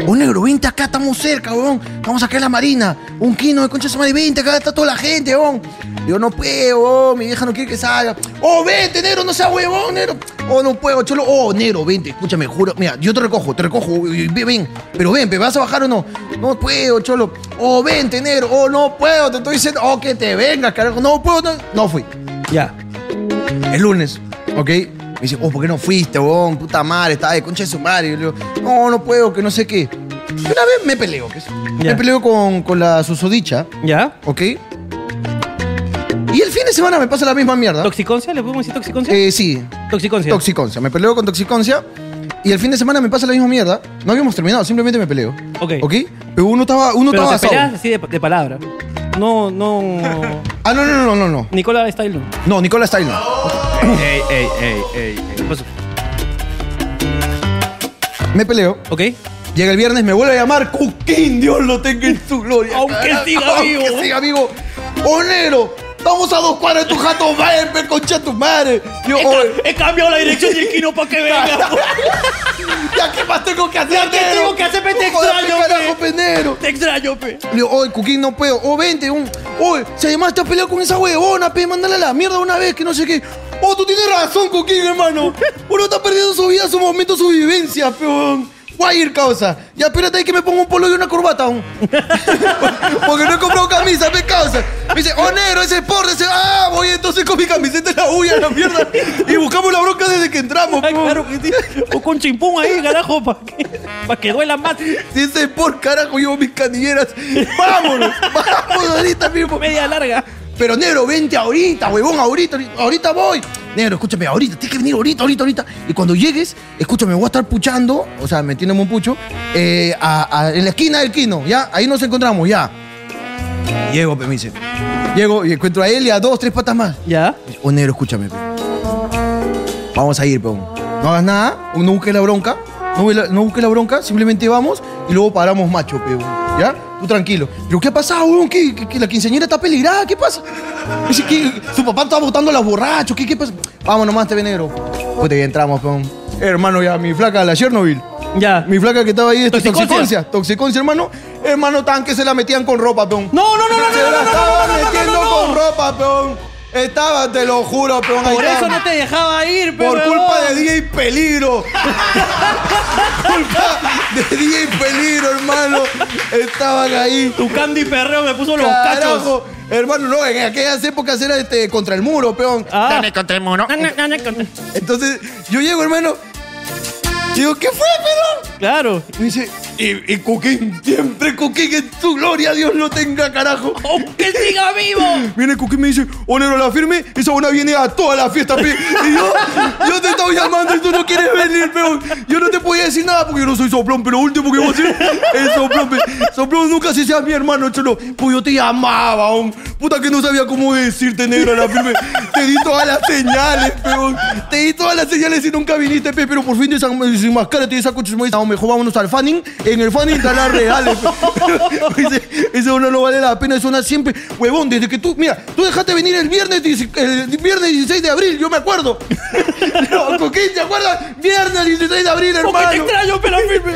Speaker 1: Oh negro, vente acá, estamos cerca, weón. Vamos acá en la marina. Un quino de concha de su madre, vente acá, está toda la gente, weón. Digo, no puedo, weón, mi vieja no quiere que salga. Oh, vente, negro, no sea huevón, negro. Oh, no puedo, cholo. Oh, negro, vente, escúchame, juro. Mira, yo te recojo, te recojo, uy, uy, ven, ven. Pero ven, ¿me vas a bajar o no? No puedo, cholo. Oh, vente, negro. Oh, no puedo, te estoy diciendo. Oh, que te vengas, carajo. No puedo, no. No fui.
Speaker 3: Ya.
Speaker 1: El lunes, ¿ok? Me dice, oh, ¿por qué no fuiste, bon? Puta madre, estaba de concha de su madre. Y yo le digo, no, no puedo, que no sé qué. Y una vez me peleo, ¿qué es?
Speaker 3: Ya.
Speaker 1: Me peleo con, con la susodicha,
Speaker 3: ¿Ya?
Speaker 1: ¿ok? Y el
Speaker 8: fin de semana me pasa la misma mierda.
Speaker 3: ¿Toxiconcia? ¿Le podemos decir toxiconcia?
Speaker 8: Eh, sí,
Speaker 3: toxiconcia.
Speaker 8: Toxiconcia. Me peleo con Toxiconcia y el fin de semana me pasa la misma mierda. No habíamos terminado, simplemente me peleo.
Speaker 3: Ok.
Speaker 8: ¿Ok? Pero uno estaba, uno
Speaker 3: Pero
Speaker 8: estaba
Speaker 3: te peleas
Speaker 8: asado.
Speaker 3: así de, de palabra. No, no.
Speaker 8: Ah, no, no, no, no, no.
Speaker 3: Nicola Style.
Speaker 8: No, Nicola Style no.
Speaker 9: Ey, ey, ey, ey, ey.
Speaker 3: ¿Qué pasó?
Speaker 8: Me peleo.
Speaker 3: ¿Ok?
Speaker 8: Llega el viernes, me vuelve a llamar. Cuquín, Dios lo tenga en su gloria.
Speaker 3: Aunque
Speaker 8: carajo,
Speaker 3: siga vivo.
Speaker 8: Aunque siga vivo. Onero, estamos a dos cuadras de tu jato, ver, concha tu madre. Yo, oye,
Speaker 3: He cambiado la dirección de Kino para que venga.
Speaker 8: ya qué más tengo que hacer,
Speaker 3: qué
Speaker 8: Nero?
Speaker 3: tengo que hacer, pe, te
Speaker 8: Joder,
Speaker 3: extraño,
Speaker 8: pe, carajo, pe, Nero.
Speaker 3: Te extraño, pe.
Speaker 8: Le digo, oye, Cuquín, no puedo. O vente, un. Oye, si además estás peleado con esa huevona, pe, mandala a la mierda una vez, que no sé qué. Oh, tú tienes razón, Cuquín, hermano. Uno está perdiendo su vida, su momento, su vivencia, peón. Guayir, causa. Ya espérate ahí que me pongo un polo y una corbata aún. Porque no he comprado camisa, pe, causa. Me dice, oh, negro, ese porte, ese. Ah, voy entonces con mi camiseta en la huya, la mierda. Y buscamos la bronca desde que entramos,
Speaker 3: Ay,
Speaker 8: peón.
Speaker 3: Ah, claro que sí. O con chimpún ahí, carajo, para que, pa que duela más.
Speaker 8: Si ese por carajo, llevo mis canilleras. Vámonos, vámonos ahorita mismo.
Speaker 3: Media larga.
Speaker 8: Pero negro, vente ahorita, huevón, ahorita, ahorita, ahorita voy. Negro, escúchame, ahorita, tienes que venir ahorita, ahorita, ahorita. Y cuando llegues, escúchame, voy a estar puchando, o sea, metiéndome un pucho, eh, a- a- en la esquina del Quino, ya, ahí nos encontramos, ya. Llego, pe, me dice. Llego y encuentro a él y a dos, tres patas más.
Speaker 3: ¿Ya?
Speaker 8: O negro, escúchame, pe. Vamos a ir, peón. No hagas nada, no busques la bronca, no, bu- no busques la bronca, simplemente vamos y luego paramos macho, peón. ¿Ya? Tú tranquilo. ¿Pero qué ha pasado, weón? ¿Qué, qué- qué la quinceañera está peligrada? ¿Qué pasa? Dice que su papá está botando a los borrachos. ¿Qué, qué pasa? Vamos nomás, TV Negro. Puta, ya entramos, peón. Hermano, ya, mi flaca, la Chernobyl.
Speaker 3: Ya.
Speaker 8: Mi flaca que estaba ahí, esta
Speaker 3: Toxiconcia.
Speaker 8: toxiconcia. Toxiconcia, hermano. Hermano, tan que se la metían con ropa, peón.
Speaker 3: No, no, no, no, no,
Speaker 8: Se
Speaker 3: no,
Speaker 8: la
Speaker 3: no, no,
Speaker 8: estaban
Speaker 3: no, no, no,
Speaker 8: metiendo
Speaker 3: no, no.
Speaker 8: con ropa, peón. Estaba, te lo juro, peón. ahí
Speaker 3: Por
Speaker 8: estaba.
Speaker 3: eso no te dejaba ir, pe.
Speaker 8: Por
Speaker 3: huevón.
Speaker 8: culpa de DJ Peligro. culpa de DJ Peligro, hermano. Estaban ahí.
Speaker 3: Tu candy perreo me puso los cachos.
Speaker 8: Carajo. Hermano, no, en aquellas épocas era este, contra el muro, peón.
Speaker 3: Ah.
Speaker 5: contra el muro.
Speaker 3: Na, na, na, na.
Speaker 8: Entonces, yo llego, hermano. Digo, ¿qué fue, peón?
Speaker 3: Claro.
Speaker 8: Me dice, y, y Coquín, siempre Coquín en su gloria, Dios lo tenga, carajo.
Speaker 3: ¡Aunque siga vivo!
Speaker 8: Viene Coquín y me dice, oh, negro, la firme, esa buena viene a toda la fiesta, pe. Y yo, yo te estaba llamando y tú no quieres venir, peón. Yo no te podía decir nada porque yo no soy soplón, pero lo último que voy a hacer es soplón, pe. Soplón nunca se seas mi hermano, cholo. Pues yo te llamaba, hom. Puta que no sabía cómo decirte, negro, la firme. Te di todas las señales, peón. Te di todas las señales y nunca viniste, pe. Pero por fin desenmascárate de esa coche. Me dice, "No, mejor vámonos al fanning. En el fanning te las reales, pe. Dice, eso no, no vale la pena, eso no siempre. Huevón, desde que tú, mira, tú dejaste venir el viernes, dieci- el viernes 16 de abril, yo me acuerdo. no, Coquín, ¿te acuerdas? Viernes 16 de abril,
Speaker 3: ¡Aunque te
Speaker 8: hermano.
Speaker 3: extraño, pero firme!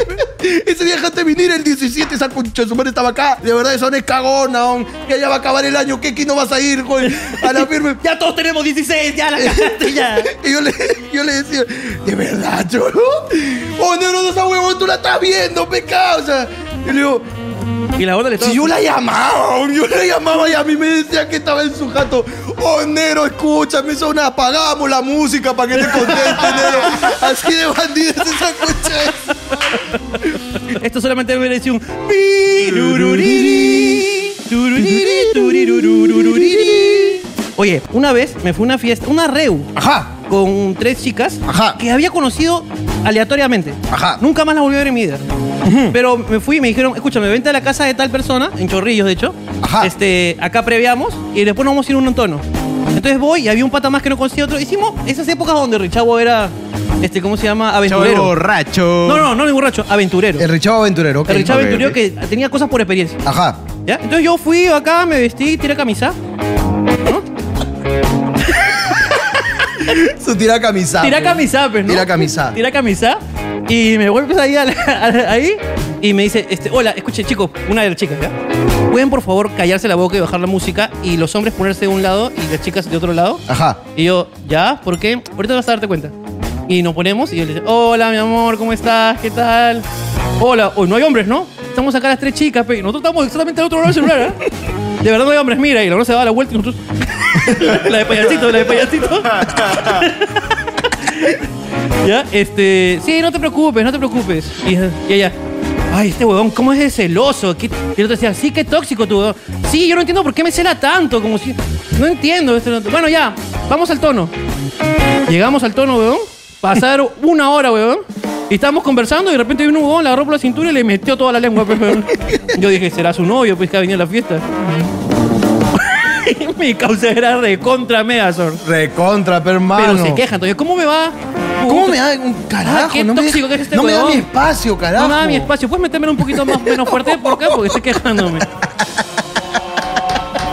Speaker 8: Ese día dejaste venir el 17, esa concha de su madre estaba acá. De verdad, eso no es cagona, hom. que ya va a acabar el año, que aquí no vas a ir, güey, a la firme.
Speaker 3: Ya todos tenemos 16, ya la cagaste, ya.
Speaker 8: Y yo le, yo le decía, ¿de verdad, cholo? Oh, negro, no esa huevón, tú la estás viendo, pecado. O sea, y le digo,
Speaker 3: Y la onda le
Speaker 8: si yo la llamaba, yo la llamaba y a mí me decía que estaba en su jato. Oh, negro, escúchame, son apagamos la música para que te conteste, negro. Así de bandidas esa concha.
Speaker 3: Esto solamente me merece un... pirururiri, tururiri, turirururururiri. Oye, una vez me fue a una fiesta, una reu,
Speaker 8: Ajá,
Speaker 3: con tres chicas
Speaker 8: Ajá.
Speaker 3: que había conocido aleatoriamente.
Speaker 8: Ajá.
Speaker 3: Nunca más las volví a ver en mi vida. Pero me fui y me dijeron, escúchame, vente a la casa de tal persona, en Chorrillos de hecho.
Speaker 8: Ajá.
Speaker 3: Este, acá previamos y después nos vamos a ir un tono. Entonces voy y había un pata más que no conocía otro. Hicimos esas épocas donde Richavo era, este, ¿cómo se llama?
Speaker 5: Chavo
Speaker 3: Aventurero.
Speaker 5: borracho.
Speaker 3: No, no, no, ni borracho, aventurero.
Speaker 8: el Richavo Aventurero, ok.
Speaker 3: El Richavo
Speaker 5: ok,
Speaker 3: aventurero
Speaker 5: ok.
Speaker 1: eh,
Speaker 3: que tenía cosas por experiencia.
Speaker 8: Ajá.
Speaker 3: ¿Ya? Entonces yo fui acá, me vestí, tiré camisa.
Speaker 8: Su tira
Speaker 5: Ah,
Speaker 8: camisa.
Speaker 3: Tira camisa, pues, ¿no?
Speaker 8: Tira camisa.
Speaker 3: Tira camisa. Y me vuelves ahí, a la- a la- ahí y me dice, este, hola, escuche, chicos, una de las chicas, ¿ya? ¿Pueden, por favor, callarse la boca y bajar la música y los hombres ponerse de un lado y las chicas de otro lado?
Speaker 8: Ajá.
Speaker 3: Y yo, ¿ya? ¿Por qué? Ahorita vas a darte cuenta. Y nos ponemos y yo le digo, hola, mi amor, ¿cómo estás? ¿Qué tal? Hola, hoy no hay hombres, ¿no? Estamos acá las tres chicas, pe, y nosotros estamos exactamente al otro lado del celular, ¿eh? De verdad no hay hombres, mira, y la otra se da la vuelta y nosotros... la de payasito, la de payasito. ¿Ya? Este, sí, no te preocupes, no te preocupes. Y ya, ya. Ay, este huevón, ¿cómo es de celoso? ¿Qué- Y el otro decía, sí, qué tóxico tu huevón. Sí, yo no entiendo por qué me cela tanto. Como si. No entiendo. esto, lo otro". Bueno, ya, vamos al tono. Llegamos al tono, huevón. Pasaron una hora, huevón. Y estábamos conversando y de repente vino un huevón, le agarró por la cintura y le metió toda la lengua, pues, huevón. Yo dije, será su novio, pues que ha venido a la fiesta. Mi causa era de contra Megazord.
Speaker 1: Recontra, pero
Speaker 3: Pero
Speaker 1: hermano.
Speaker 3: se queja, entonces, ¿cómo me va?
Speaker 1: Ah, ¿Cómo me da un carajo?
Speaker 3: Ah, qué
Speaker 1: no me,
Speaker 3: tóxico que es este
Speaker 1: no me da
Speaker 3: huevón.
Speaker 1: mi espacio, carajo.
Speaker 3: No me da mi espacio. ¿Puedes meterme un poquito más menos fuerte por acá? Porque estoy quejándome.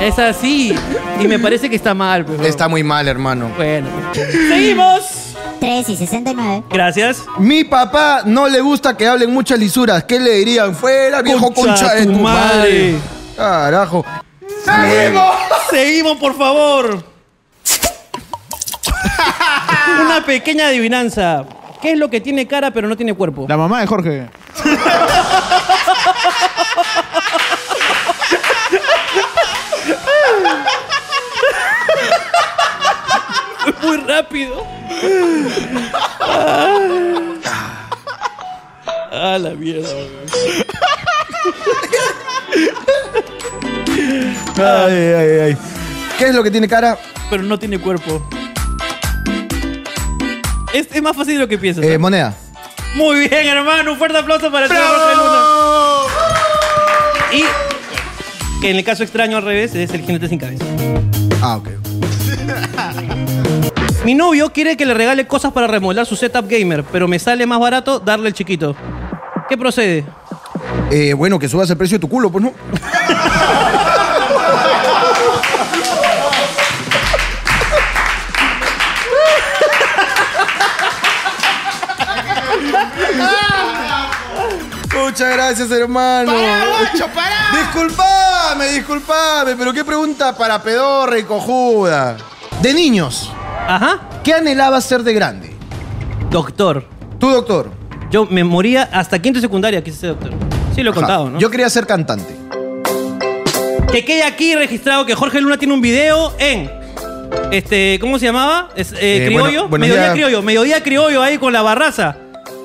Speaker 3: Es así. Y me parece que está mal, pero.
Speaker 1: Está muy mal, hermano.
Speaker 3: Bueno. Seguimos.
Speaker 6: 3 y 69.
Speaker 3: Gracias.
Speaker 1: Mi papá no le gusta que hablen muchas lisuras. ¿Qué le dirían? Fuera, viejo
Speaker 3: Concha
Speaker 1: concha, de
Speaker 3: tu
Speaker 1: tu madre.
Speaker 3: madre.
Speaker 1: Carajo. ¡Seguimos!
Speaker 3: Seguimos, por favor. Una pequeña adivinanza. ¿Qué es lo que tiene cara pero no tiene cuerpo?
Speaker 5: La mamá de Jorge.
Speaker 3: Muy rápido. Ah, la mierda. weón.
Speaker 1: Ay, ay, ay. ¿Qué es lo que tiene cara?
Speaker 3: Pero no tiene cuerpo. Es, es más fácil de lo que piensas.
Speaker 1: Eh, moneda.
Speaker 3: Muy bien, hermano. Un fuerte aplauso para el señor Jorge Luna. Y que en el caso extraño al revés es el jinete sin cabeza.
Speaker 1: Ah, ok.
Speaker 3: Mi novio quiere que le regale cosas para remodelar su setup gamer, pero me sale más barato darle el chiquito. ¿Qué procede?
Speaker 1: Eh, bueno, que subas el precio de tu culo, pues no. Muchas gracias, hermano. Disculpame, disculpame, pero qué pregunta para pedorra y cojuda. De niños,
Speaker 3: Ajá.
Speaker 1: ¿qué anhelabas ser de grande?
Speaker 3: Doctor.
Speaker 1: Tú, doctor.
Speaker 3: Yo me moría hasta quinto de secundaria, quise ser doctor. Sí, lo he contado,
Speaker 1: Ajá.
Speaker 3: ¿no?
Speaker 1: Yo quería ser cantante.
Speaker 3: Que quede aquí registrado que Jorge Luna tiene un video en. Este, ¿cómo se llamaba? Es, eh,
Speaker 8: Eh,
Speaker 3: criollo.
Speaker 8: bueno, buenos
Speaker 3: mediodía
Speaker 8: días.
Speaker 3: criollo. Mediodía criollo ahí con la barraza.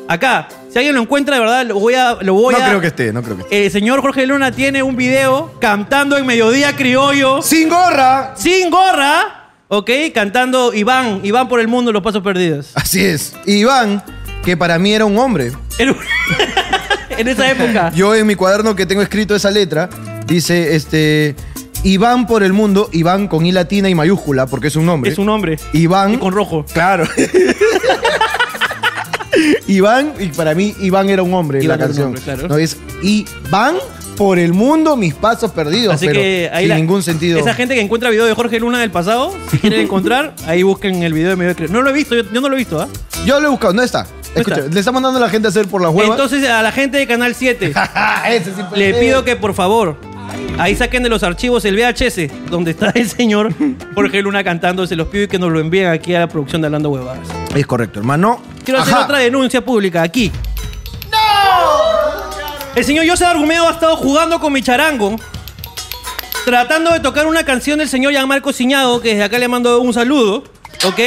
Speaker 3: Acá. Si alguien lo encuentra, de verdad, lo voy a. Lo voy
Speaker 8: No
Speaker 3: a- eh,
Speaker 8: creo que esté, no creo que esté.
Speaker 3: El señor Jorge Luna tiene un video cantando en Mediodía Criollo.
Speaker 1: Sin gorra.
Speaker 3: Sin gorra. Ok, cantando Iván. Iván por el mundo, los pasos perdidos.
Speaker 1: Así es. Iván, que para mí era un hombre.
Speaker 3: En- en esa época.
Speaker 1: Yo en mi cuaderno que tengo escrito esa letra, dice este. Iván por el mundo, Iván con I latina y mayúscula, porque es un nombre.
Speaker 3: Es un hombre.
Speaker 1: Iván.
Speaker 3: Y con rojo.
Speaker 1: Claro. Iván, y para mí Iván era un hombre en
Speaker 3: Iván
Speaker 1: la
Speaker 3: era un
Speaker 1: canción.
Speaker 3: hombre, claro.
Speaker 1: No es Iván por el mundo, mis pasos perdidos.
Speaker 3: Así
Speaker 1: pero
Speaker 3: que ahí
Speaker 1: sin
Speaker 3: la-
Speaker 1: ningún sentido.
Speaker 3: Esa gente que encuentra video de Jorge Luna del pasado, si quieren encontrar, ahí busquen el video de Medio Criollo. No lo he visto, yo, yo no lo he visto, ¿ah?
Speaker 1: Yo lo he buscado, no está. Escucha,
Speaker 3: está.
Speaker 1: le está mandando a la gente a hacer por la hueva. Ah,
Speaker 3: Entonces, a la gente de Canal 7,
Speaker 1: Ese sí puede
Speaker 3: le
Speaker 1: ser.
Speaker 3: pido que por favor, ahí saquen de los archivos el VHS, donde está el señor Jorge Luna cantando, se los pido y que nos lo envíen aquí a la producción de Hablando Huevadas.
Speaker 1: Es correcto, hermano.
Speaker 3: Quiero hacer
Speaker 1: Ajá.
Speaker 3: otra denuncia pública aquí. ¡No! El señor José Argumedo ha estado jugando con mi charango, tratando de tocar una canción del señor Gianmarco Ciñado, que desde acá le mando un saludo, ¿ok?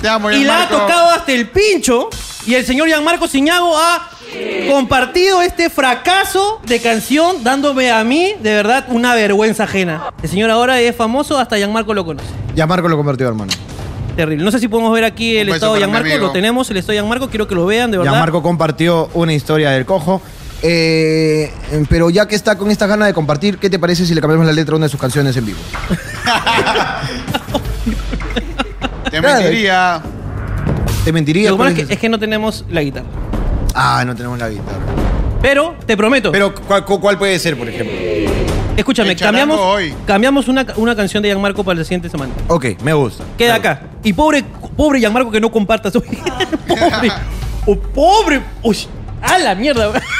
Speaker 5: Te amo,
Speaker 3: y la ha
Speaker 5: Gianmarco.
Speaker 3: tocado hasta el pincho, y el señor Gianmarco Ciñago ha compartido este fracaso de canción, dándome a mí, de verdad, una vergüenza ajena. El señor ahora es famoso, hasta Gianmarco lo conoce.
Speaker 1: Ya Marco lo convertido, hermano.
Speaker 3: Terrible. No sé si podemos ver aquí el
Speaker 5: beso
Speaker 3: estado de
Speaker 5: para mi
Speaker 3: Gianmarco.
Speaker 5: amigo.
Speaker 3: Lo tenemos, el estado de Gianmarco. Quiero que lo vean, de verdad.
Speaker 1: Gianmarco compartió una historia del cojo. Eh, pero ya que está con esta gana de compartir, ¿qué te parece si le cambiamos la letra a una de sus canciones en vivo?
Speaker 5: Te
Speaker 1: Claro.
Speaker 5: mentiría.
Speaker 1: Te mentiría.
Speaker 3: Lo
Speaker 1: ¿cuál
Speaker 3: malo es
Speaker 1: es
Speaker 3: que, es que no tenemos la guitarra.
Speaker 1: esa? Ah, no tenemos la guitarra.
Speaker 3: Pero te prometo.
Speaker 8: Pero, ¿cuál, cuál puede ser, por ejemplo?
Speaker 3: escúchame,
Speaker 5: el charango
Speaker 3: cambiamos,
Speaker 5: hoy.
Speaker 3: cambiamos una, una canción de Gianmarco para la siguiente semana.
Speaker 1: Ok, me gusta.
Speaker 3: Queda acá. Y pobre, pobre Gianmarco que no comparta su. pobre. O pobre. Uy, a la mierda.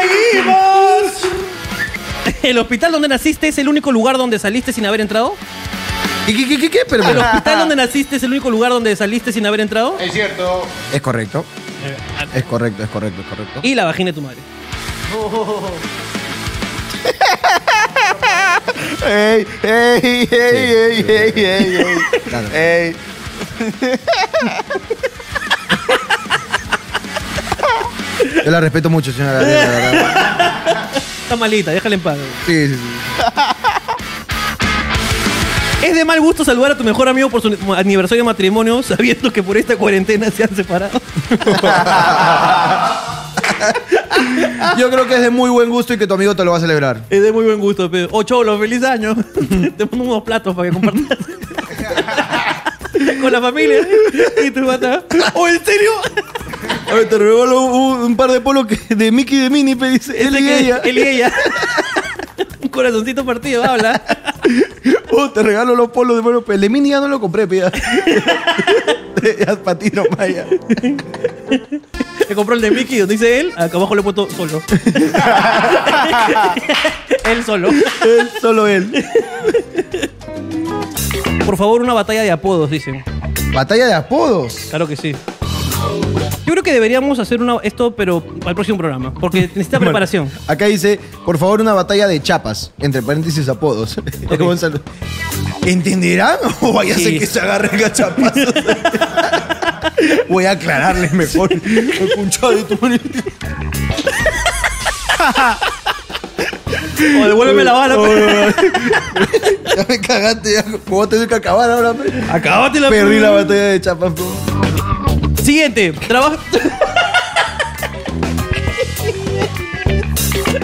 Speaker 3: ¡Seguimos! ¿El hospital donde naciste es el único lugar donde saliste sin haber entrado?
Speaker 1: ¿Qué, qué, qué, qué, qué? Pero-
Speaker 3: ¿El hospital donde naciste es el único lugar donde saliste sin haber entrado?
Speaker 5: Es cierto.
Speaker 1: Es correcto.
Speaker 3: Eh,
Speaker 1: Es correcto, es correcto, es correcto.
Speaker 3: Y la vagina de tu madre.
Speaker 1: ¡Ey, ey, ey, ey, ey, ey! Yo la respeto mucho, señora Gabriela, la verdad.
Speaker 3: Está malita, déjala en paz.
Speaker 1: Sí, sí, sí.
Speaker 3: Es de mal gusto saludar a tu mejor amigo por su aniversario de matrimonio sabiendo que por esta cuarentena se han separado.
Speaker 1: Yo creo que es de muy buen gusto y que tu amigo te lo va a celebrar.
Speaker 3: Es de muy buen gusto, pero. Oh, cholo, feliz año. Te mando unos platos para que compartas. Con la familia. Y tu pata. ¿O en serio?
Speaker 1: A ver, te regalo un, un par de polos que- de Mickey y de Minnie, pe, dice. Él y
Speaker 3: Que-
Speaker 1: ella.
Speaker 3: Él y ella. Un corazoncito partido, habla.
Speaker 1: Oh, te regalo los polos de bueno, pe, El de Minnie ya no lo compré, pe, ya. ya para ti nomás, ya.
Speaker 3: Le compró el de Mickey, donde dice él. Acá abajo le he puesto solo. él solo.
Speaker 1: Él, solo él.
Speaker 3: Por favor, una batalla de apodos, dicen.
Speaker 1: Batalla de apodos.
Speaker 3: Claro que sí. Yo creo que deberíamos hacer una, esto, pero al próximo programa. Porque necesita preparación.
Speaker 1: Acá dice, por favor, una batalla de chapas. Entre paréntesis, apodos. Es como un saludo. ¿Entenderán? O vaya a
Speaker 3: Sí.
Speaker 1: ser que se agarren a chapazos. Voy a aclararles mejor. El punchado de tu mano.
Speaker 3: O devuélveme la bala.
Speaker 1: Oh, Ya me cagaste, ya. Voy a tener que acabar ahora. pe.
Speaker 3: Acábate la
Speaker 1: Perdí la batalla de chapas. pe.
Speaker 3: Siguiente, trabaja.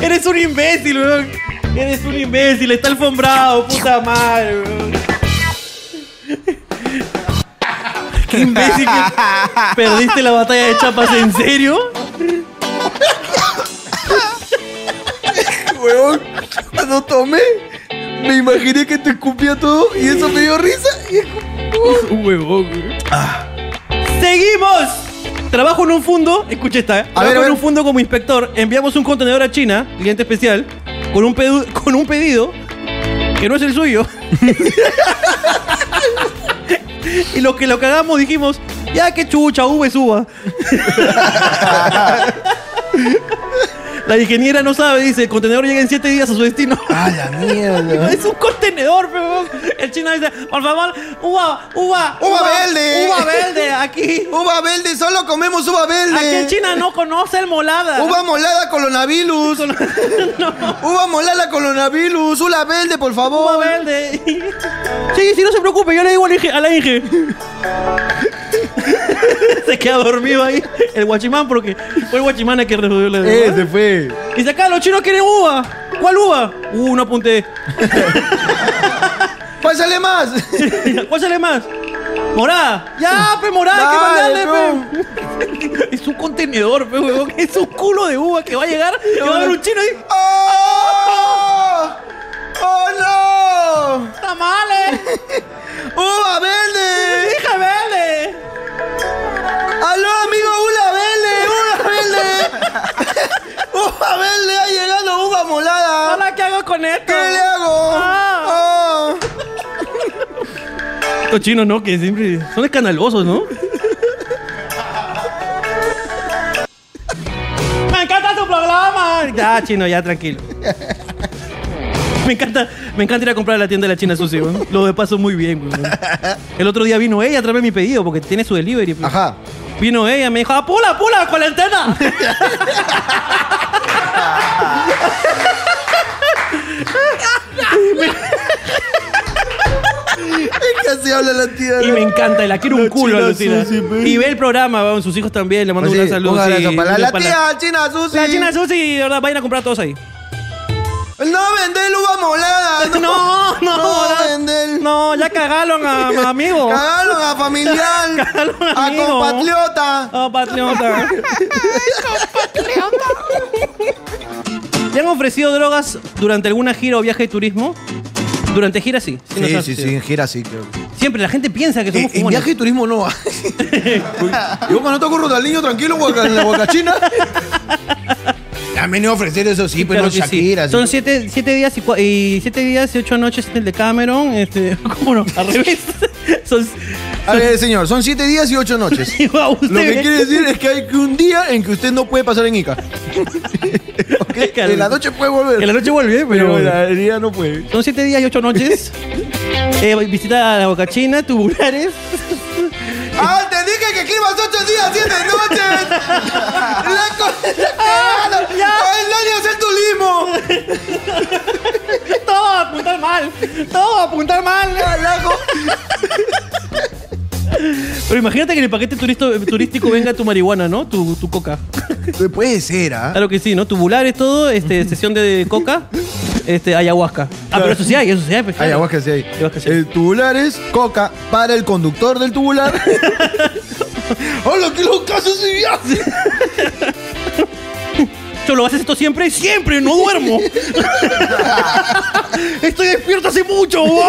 Speaker 3: Eres un imbécil, weón. Eres un imbécil, está alfombrado, puta madre, weón. Qué imbécil que perdiste la batalla de chapas, ¿en serio?
Speaker 1: Weón, cuando tomé, me imaginé que te escupía todo y eso me dio risa. Y escupí.
Speaker 3: ¡Seguimos! Trabajo en un fondo, escucha esta. ¿eh? Trabajo
Speaker 1: ver, a ver.
Speaker 3: en un fondo como inspector. Enviamos un contenedor a China, cliente especial, con un, pedu- con un pedido que no es el suyo. y los que lo cagamos dijimos, ya que chucha, V suba. La ingeniera no sabe, dice, el contenedor llega en 7 días a su destino.
Speaker 1: A la mierda.
Speaker 3: Es un contenedor, pero el chino dice, por favor, uva, uva,
Speaker 1: Uva verde.
Speaker 3: uva verde, aquí.
Speaker 1: Uva verde, solo comemos uva
Speaker 3: Aquí en
Speaker 1: verde.
Speaker 3: China no conoce el molada.
Speaker 1: Uva molada coronavirus. Uva molada coronavirus. Uva verde, por
Speaker 3: Uva
Speaker 1: favor.
Speaker 3: verde. Sí, sí, no se preocupe, yo le digo al Inge- a la Inge. se queda dormido ahí el guachimán porque fue el guachimán el que resolvió la
Speaker 1: Ese Eh, fue.
Speaker 3: Y acá los chinos quieren uva. ¿Cuál uva? Uh, no apunté.
Speaker 1: Pásale más.
Speaker 3: ¿Cuál sale más? Morada. Ya, pe, morada,
Speaker 1: Dale,
Speaker 3: que mandarle, pe. Es un contenedor, pe, huevón. Es un culo de uva que va a llegar. Que va a haber un chino y.
Speaker 1: ¡Oh! ¡Oh, no!
Speaker 3: ¡Tamales!
Speaker 1: ¡Uva verde!
Speaker 3: ¡Hija, vele!
Speaker 1: ¡Aló, amigo Ula Vélez! ¡Ula Vélez! ¡Uva Vélez! ¡Ha llegado Uva Molada!
Speaker 3: Hola, ¿qué hago con esto?
Speaker 1: ¿Qué le hago?
Speaker 3: Ah.
Speaker 1: Ah.
Speaker 3: Estos chinos, ¿no? Que siempre son escandalosos, ¿no? ¡Me encanta tu programa! Ya, chino, ya, tranquilo. Me encanta, me encanta ir a comprar a la tienda de la China Sushi, weón. Lo de paso muy bien, weón. El otro día vino ella a traerme mi pedido porque tiene su delivery. pues.
Speaker 1: Ajá.
Speaker 3: Vino ella, me dijo, ¡apula, pula, cuarentena!
Speaker 1: Es que así habla la tía.
Speaker 3: Y me encanta, y la quiero un culo,
Speaker 1: China
Speaker 3: Alucina.
Speaker 1: Sushi, pe.
Speaker 3: Y ve el programa, weón, sus hijos también, le mando
Speaker 1: Pues sí,
Speaker 3: un gran saludo.
Speaker 1: un abrazo
Speaker 3: sí,
Speaker 1: para
Speaker 3: un
Speaker 1: la
Speaker 3: para-
Speaker 1: tía China Susi.
Speaker 3: La China Susi, de verdad, vayan a comprar todos ahí.
Speaker 1: No vender uva molada.
Speaker 3: No, no,
Speaker 1: no
Speaker 3: no.
Speaker 1: vender.
Speaker 3: No, ya cagaron a, a amigo.
Speaker 1: Cagaron a familiar.
Speaker 3: Cagaron
Speaker 1: a
Speaker 3: amigo.
Speaker 1: compatriota.
Speaker 3: Oh, patriota. ¿Te han ofrecido drogas durante alguna gira o viaje de turismo? Durante gira sí. sí nos han ofrecido.
Speaker 1: gira sí, creo. Eh,
Speaker 3: Siempre la gente piensa que
Speaker 1: En,
Speaker 3: somos fumones.
Speaker 1: viaje y turismo no. Yo cuando toco Rodaliño, tranquilo, guaca- en la guacachina. Han venido a ofrecer eso, sí, pero
Speaker 3: Claro
Speaker 1: no
Speaker 3: que sí.
Speaker 1: Shakira. sí.
Speaker 3: Son siete, siete días y, cua- y siete días y ocho noches en el de Cameron. Este, ¿Cómo no? Al revés. Son,
Speaker 1: A ver, señor, son siete días y ocho noches.
Speaker 3: Iba usted.
Speaker 1: Lo que quiere decir es que hay que un día en que usted no puede pasar en Ica. Ok, En la noche puede volver.
Speaker 3: En la noche vuelve, pero.
Speaker 1: pero en la herida no puede.
Speaker 3: Son siete días y ocho noches. Eh, visita a la Bocachina, tubulares.
Speaker 1: ¡Ah, te dije que aquí ibas ocho días, siete noches! La co- ¡Ah,
Speaker 10: apuntar mal.
Speaker 3: Ah, Pero imagínate que en el paquete turisto- turístico venga tu marihuana, ¿no? Tu, tu coca.
Speaker 1: Puede ser, ¿ah?
Speaker 3: Claro que sí, ¿no? Tubulares, todo, este, sesión de coca, este, ayahuasca. Ah, pero eso sí hay, eso sí hay. pues, claro.
Speaker 1: Ayahuasca sí hay.
Speaker 3: Ayahuasca sí hay.
Speaker 1: El tubular es coca para el conductor del tubular. ¡Hola, qué loca es ese viaje!
Speaker 3: Cholo, ¿haces esto siempre? ¡Siempre! ¡No duermo! ¡Estoy despierto hace mucho! ¡Wow!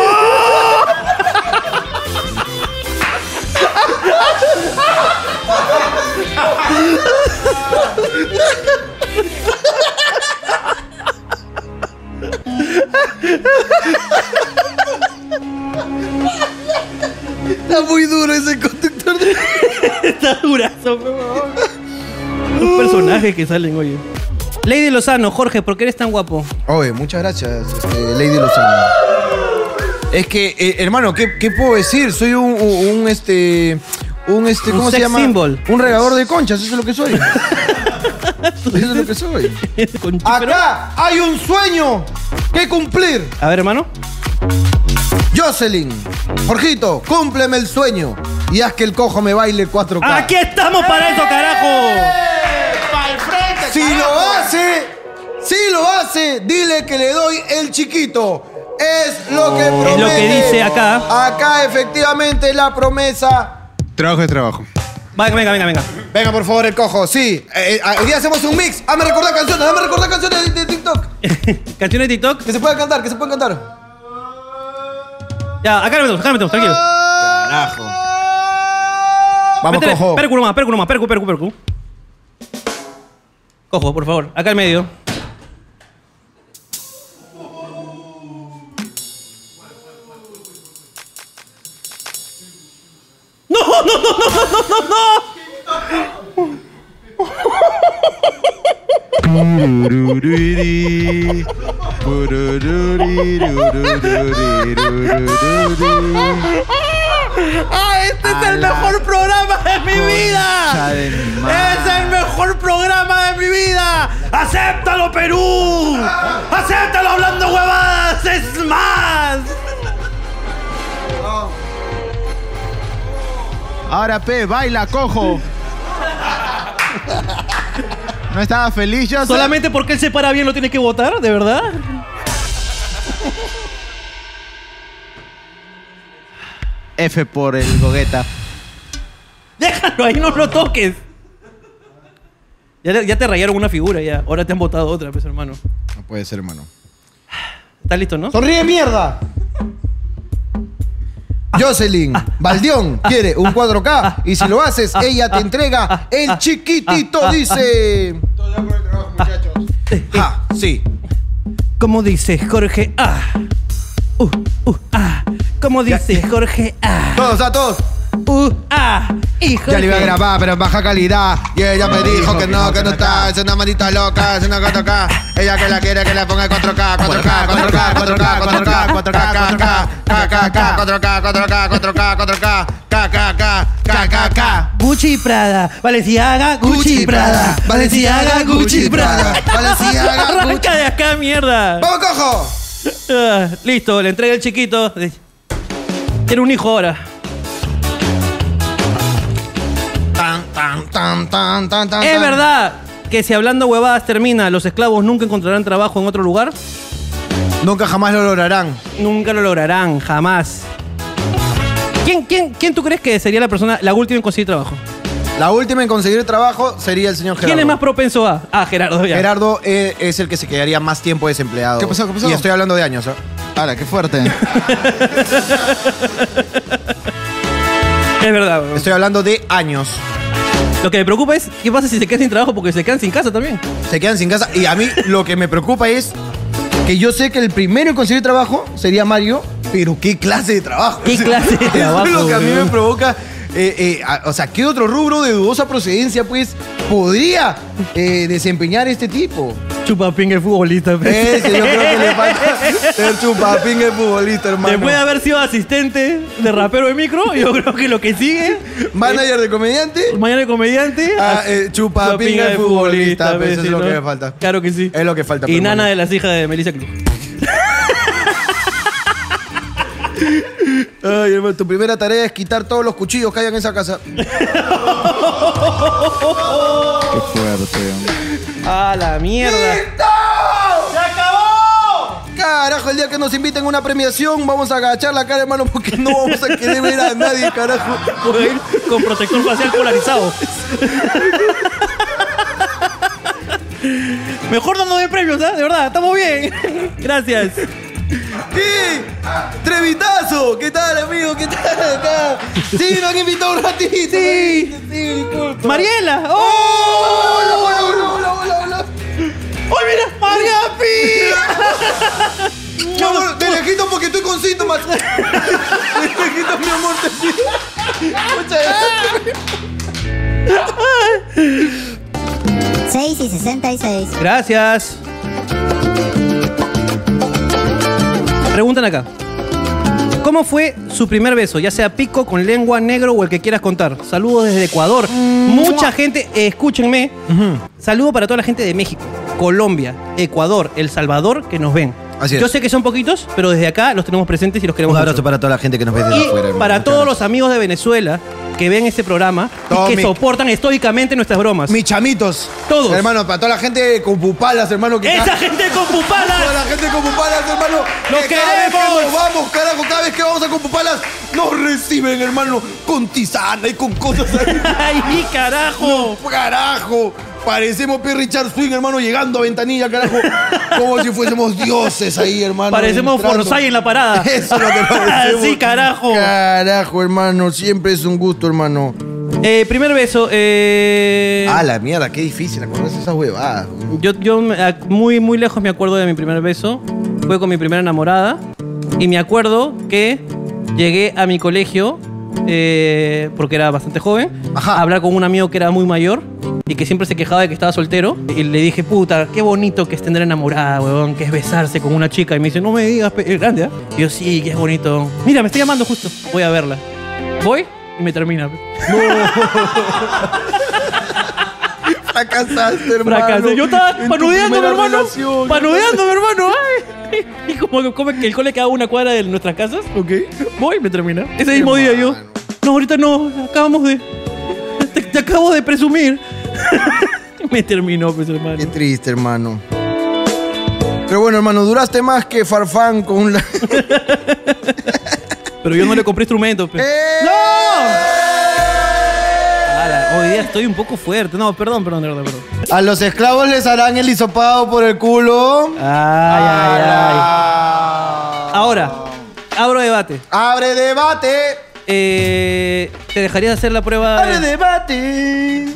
Speaker 1: Está muy duro ese conductor. de-
Speaker 3: Está durazo, pe, huevón. Los personajes que salen, oye. Lady Lozano, Jorge, ¿por qué eres tan guapo?
Speaker 1: Oye, muchas gracias, este, Lady Lozano. Es que, eh, hermano, ¿qué, qué puedo decir? Soy un, un- un, este... Un este,
Speaker 3: Un
Speaker 1: ¿cómo se
Speaker 3: sex
Speaker 1: llama?
Speaker 3: symbol.
Speaker 1: Un regador de conchas, eso es lo que soy. Eso es lo que soy.
Speaker 3: Con chi- pero-
Speaker 1: Acá hay un sueño que cumplir.
Speaker 3: A ver, hermano.
Speaker 1: Jocelyn, Jorgito, cúmpleme el sueño y haz que el cojo me baile 4K.
Speaker 3: ¡Aquí estamos para eso, carajo!
Speaker 5: ¡Pa'l frente!
Speaker 1: Si
Speaker 3: Ah.
Speaker 1: lo hace, si lo hace, dile que le doy el chiquito. Es lo que promete.
Speaker 3: Es lo que dice acá.
Speaker 1: Acá efectivamente la promesa.
Speaker 5: Trabajo es trabajo.
Speaker 3: Va, venga, venga, venga.
Speaker 1: Venga, por favor, el cojo, sí. Eh, eh, hoy día hacemos un mix. Hazme recordar canciones, hazme recordar canciones de, de TikTok.
Speaker 3: Canciones de TikTok.
Speaker 1: Que se puedan cantar, que se puedan cantar.
Speaker 3: Ya, acá lo metemos, acá lo metemos, tranquilo.
Speaker 1: Carajo. Vamos,
Speaker 3: Métele,
Speaker 1: cojo.
Speaker 3: Percu nomás, percu nomás, percu, percu, percu. Cojo, por favor. Acá al medio. ¡No, no, no, no, no, no, no, no! ¡Ah, este es el mejor programa de mi vida!
Speaker 5: de mi
Speaker 3: ¡Es el mejor programa de mi vida! ¡Acéptalo, Perú! ¡Acéptalo hablando huevadas! ¡Es más!
Speaker 5: Ahora, pe, baila, cojo. ¿No estaba feliz yo?
Speaker 3: ¿Solamente porque él se para bien lo tiene que votar? ¿De verdad?
Speaker 5: F por el gogueta.
Speaker 3: Déjalo ahí, no lo toques. Ya, ya te rayaron una figura, ya. Ahora te han votado otra, pues, hermano.
Speaker 1: No puede ser, hermano.
Speaker 3: ¿Estás listo, no?
Speaker 1: ¡Sonríe mierda! Jocelyn, Baldión quiere un 4K y si lo haces, ella te entrega el chiquitito, dice. Ja, sí.
Speaker 3: Como dice Jorge A. Uh, uh, ah. Como dice Jorge A.
Speaker 1: Todos a todos.
Speaker 3: Uh, ah. Y Jorge
Speaker 1: Ya le iba a grabar, pero en baja calidad. Y ella me dijo que no, que no está. Es una maldita loca, es una 4K. Ella que la quiere que le ponga 4K, 4K, 4K, 4K, 4K, 4K, 4K, 4K, 4K, 4K, 4K, 4K, 4K, 4K.
Speaker 3: Gucci y Prada, Valenciaga, Gucci y Prada, Valenciaga, Gucci y Prada.
Speaker 1: Valenciaga, Gucci.
Speaker 3: Arranca de acá, mierda.
Speaker 1: ¡Vamos, cojo!
Speaker 3: Ah, listo, le entrega el chiquito. Tiene un hijo ahora.
Speaker 1: Tan, tan, tan, tan, tan, tan.
Speaker 3: ¿Es
Speaker 1: tan.
Speaker 3: verdad que si hablando huevadas termina, los esclavos nunca encontrarán trabajo en otro lugar?
Speaker 1: Nunca jamás lo lograrán.
Speaker 3: Nunca lo lograrán, jamás. ¿Quién, quién, quién tú crees que sería la persona, la última en conseguir trabajo?
Speaker 1: La última en conseguir trabajo sería el señor Gerardo.
Speaker 3: ¿Quién es más propenso a? Ah, Gerardo, ya.
Speaker 1: Gerardo eh, es el que se quedaría más tiempo desempleado.
Speaker 5: ¿Qué pasó? ¿Qué pasó?
Speaker 1: Y estoy hablando de años. ¿ah?
Speaker 5: Ahora, qué fuerte.
Speaker 3: Es verdad, bro.
Speaker 1: Estoy hablando de años.
Speaker 3: Lo que me preocupa es qué pasa si se quedan sin trabajo porque se quedan sin casa también.
Speaker 1: Se quedan sin casa. Y a mí lo que me preocupa es que yo sé que el primero en conseguir trabajo sería Mario, pero ¿qué clase de trabajo?
Speaker 3: ¿Qué clase de trabajo,
Speaker 1: Eso es lo que a mí
Speaker 3: bro?
Speaker 1: me provoca. eh, eh, a- o sea, ¿qué otro rubro de dudosa procedencia, pues, podría eh, desempeñar este tipo?
Speaker 3: Chupapín es futbolista. pe.
Speaker 1: Ese, yo creo que le falta ser chupapín el futbolista, hermano.
Speaker 3: Después de haber sido asistente de rapero de micro, yo creo que lo que sigue,
Speaker 1: Manager de comediante.
Speaker 3: mañana de comediante.
Speaker 1: Ah, eh, chupapín el futbolista, pues,
Speaker 3: pe,
Speaker 1: eso
Speaker 3: sí,
Speaker 1: es lo
Speaker 3: ¿no?
Speaker 1: que me falta.
Speaker 3: Claro que sí.
Speaker 1: Es lo que falta.
Speaker 3: Y
Speaker 1: pero,
Speaker 3: nana
Speaker 1: hermano.
Speaker 3: de las hijas de Melissa Cruz.
Speaker 1: Ay, hermano, tu primera tarea es quitar todos los cuchillos que hay en esa casa.
Speaker 5: Qué fuerte.
Speaker 3: ¡A la mierda!
Speaker 1: ¡Se acabó! Carajo, el día que nos inviten a una premiación, vamos a agachar la cara, hermano, porque no vamos a querer ver a nadie, carajo.
Speaker 3: Voy a ir con protector facial polarizado. Mejor no nos den premios, ¿ah? De verdad, estamos bien. Gracias.
Speaker 1: ¡Sí! ¡Trevitazo! ¿Qué tal, amigo? ¿Qué tal acá? Sí, nos han invitado un ratito. Sí, disculpa.
Speaker 3: ¡Mariela! ¡Oh!
Speaker 1: Hola, hola, hola, hola, hola, hola.
Speaker 3: ¡Oh, mira! ¡Mariapi!
Speaker 1: Mi amor, te lejito porque estoy con síntomas. Te lejito, mi amor, te pido. Muchas gracias.
Speaker 6: 6 y 66.
Speaker 3: Gracias. Preguntan acá. ¿Cómo fue su primer beso? Ya sea pico, con lengua, negro o el que quieras contar. Saludos desde Ecuador. Mucha gente, eh, escúchenme. Saludo para toda la gente de México, Colombia, Ecuador, El Salvador que nos ven.
Speaker 1: Así es.
Speaker 3: Yo sé que son poquitos, pero desde acá los tenemos presentes y los queremos.
Speaker 1: Un abrazo
Speaker 3: mucho.
Speaker 1: para toda la gente que nos ve desde
Speaker 3: Y
Speaker 1: afuera. hermano.
Speaker 3: para
Speaker 1: Muchas
Speaker 3: todos
Speaker 1: gracias.
Speaker 3: los amigos de Venezuela que ven este programa
Speaker 1: Todos
Speaker 3: y que
Speaker 1: mis-
Speaker 3: soportan estoicamente nuestras bromas.
Speaker 1: Mis chamitos.
Speaker 3: Todos.
Speaker 1: Hermano, para toda la gente con pupalas, hermano. Que
Speaker 3: ¡Esa
Speaker 1: cada-
Speaker 3: gente con
Speaker 1: Toda
Speaker 3: pupalas!
Speaker 1: la gente con pupalas, hermano.
Speaker 3: ¡Los
Speaker 1: que cada vez que
Speaker 3: queremos!
Speaker 1: nos vamos, carajo, cada vez que vamos a con pupalas, nos reciben, hermano, con tisana y con cosas ahí.
Speaker 3: ¡Ay, carajo!
Speaker 1: Carajo, parecemos P. Richard Swing, hermano, llegando a ventanilla, carajo. Como si fuésemos dioses ahí, hermano.
Speaker 3: Parecemos
Speaker 1: entrando.
Speaker 3: Forsyth en la parada.
Speaker 1: Eso es lo que parecemos.
Speaker 3: Sí, carajo.
Speaker 1: Carajo, hermano, siempre es un gusto, hermano.
Speaker 3: Eh, primer beso. eh,
Speaker 1: Ah, la mierda, qué difícil acordarse de esas huevadas.
Speaker 3: Yo, yo me- a- muy, muy lejos me acuerdo de mi primer beso. Fue con mi primera enamorada. Y me acuerdo que llegué a mi colegio, eh, porque era bastante joven,
Speaker 1: Ajá.
Speaker 3: a hablar con un amigo que era muy mayor y que siempre se quejaba de que estaba soltero. Y le dije, puta, qué bonito que es tener enamorada, weón, que es besarse con una chica. Y me dice, no me digas, pe- es grande, ¿ah?". Y yo, sí, que es bonito. Mira, me está llamando justo. Voy a verla. Voy y me termina.
Speaker 1: Fracasaste, hermano.
Speaker 3: Fracasé. Yo estaba
Speaker 1: en tu
Speaker 3: panudeándome,
Speaker 1: primera
Speaker 3: hermano.
Speaker 1: relación.
Speaker 3: Panudeándome, hermano. Ay. Y como que come- que el cole queda a una cuadra de nuestras casas,
Speaker 1: Ok.
Speaker 3: voy y me termina. Ese mismo día yo. No, ahorita no. Acabamos de. Te, te acabo de presumir. me terminó, pues, hermano.
Speaker 1: Qué triste, hermano. Pero bueno, hermano, duraste más que Farfán con un... la-
Speaker 3: Pero yo no le compré instrumentos. pues.
Speaker 1: ¡Eh!
Speaker 3: Ala, Hoy día estoy un poco fuerte. No, perdón, perdón, perdón. perdón.
Speaker 1: A los esclavos les harán el hisopado por el culo.
Speaker 3: Ay, ay, ay.
Speaker 1: Ah.
Speaker 3: Ahora, abro debate.
Speaker 1: ¡Abre debate!
Speaker 3: Eh, ¿Te dejarías hacer la prueba?
Speaker 1: ¡Abre
Speaker 3: de-
Speaker 1: debate!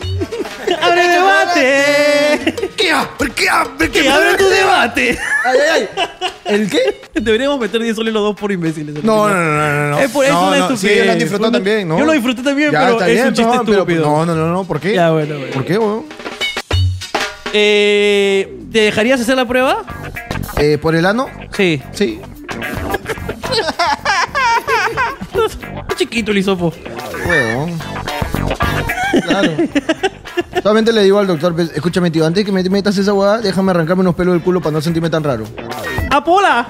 Speaker 3: ¡Abre debate!
Speaker 1: ¿Qué? ¿Por qué? ¿Por
Speaker 3: ¡Que abre tu debate!
Speaker 1: ¡Ay, ay, ay! ¿El qué?
Speaker 3: Deberíamos meter 10 soles los dos por imbéciles.
Speaker 8: No, no, no, no, no.
Speaker 3: Es por eso
Speaker 8: no,
Speaker 3: una
Speaker 8: no,
Speaker 3: estupidez.
Speaker 8: Sí, yo lo disfruté
Speaker 3: Una-
Speaker 8: también, ¿no?
Speaker 3: Yo lo disfruté también,
Speaker 8: Ya,
Speaker 3: pero
Speaker 8: está
Speaker 3: es
Speaker 8: bien,
Speaker 3: un chiste
Speaker 8: no, pero-
Speaker 1: pues,
Speaker 3: estúpido.
Speaker 8: No, no, no, no, ¿por qué?
Speaker 3: Ya, bueno, bueno.
Speaker 8: ¿Por qué, weón?
Speaker 3: Eh, ¿Te dejarías hacer la prueba?
Speaker 1: Eh, ¿Por el ano?
Speaker 3: Sí.
Speaker 1: Sí.
Speaker 3: Qué Chiquito el hisopo.
Speaker 1: Puedo. Claro. Solamente le digo al doctor, pues, escúchame, tío, antes que me metas esa hueá, déjame arrancarme unos pelos del culo para no sentirme tan raro.
Speaker 3: ¡Apola!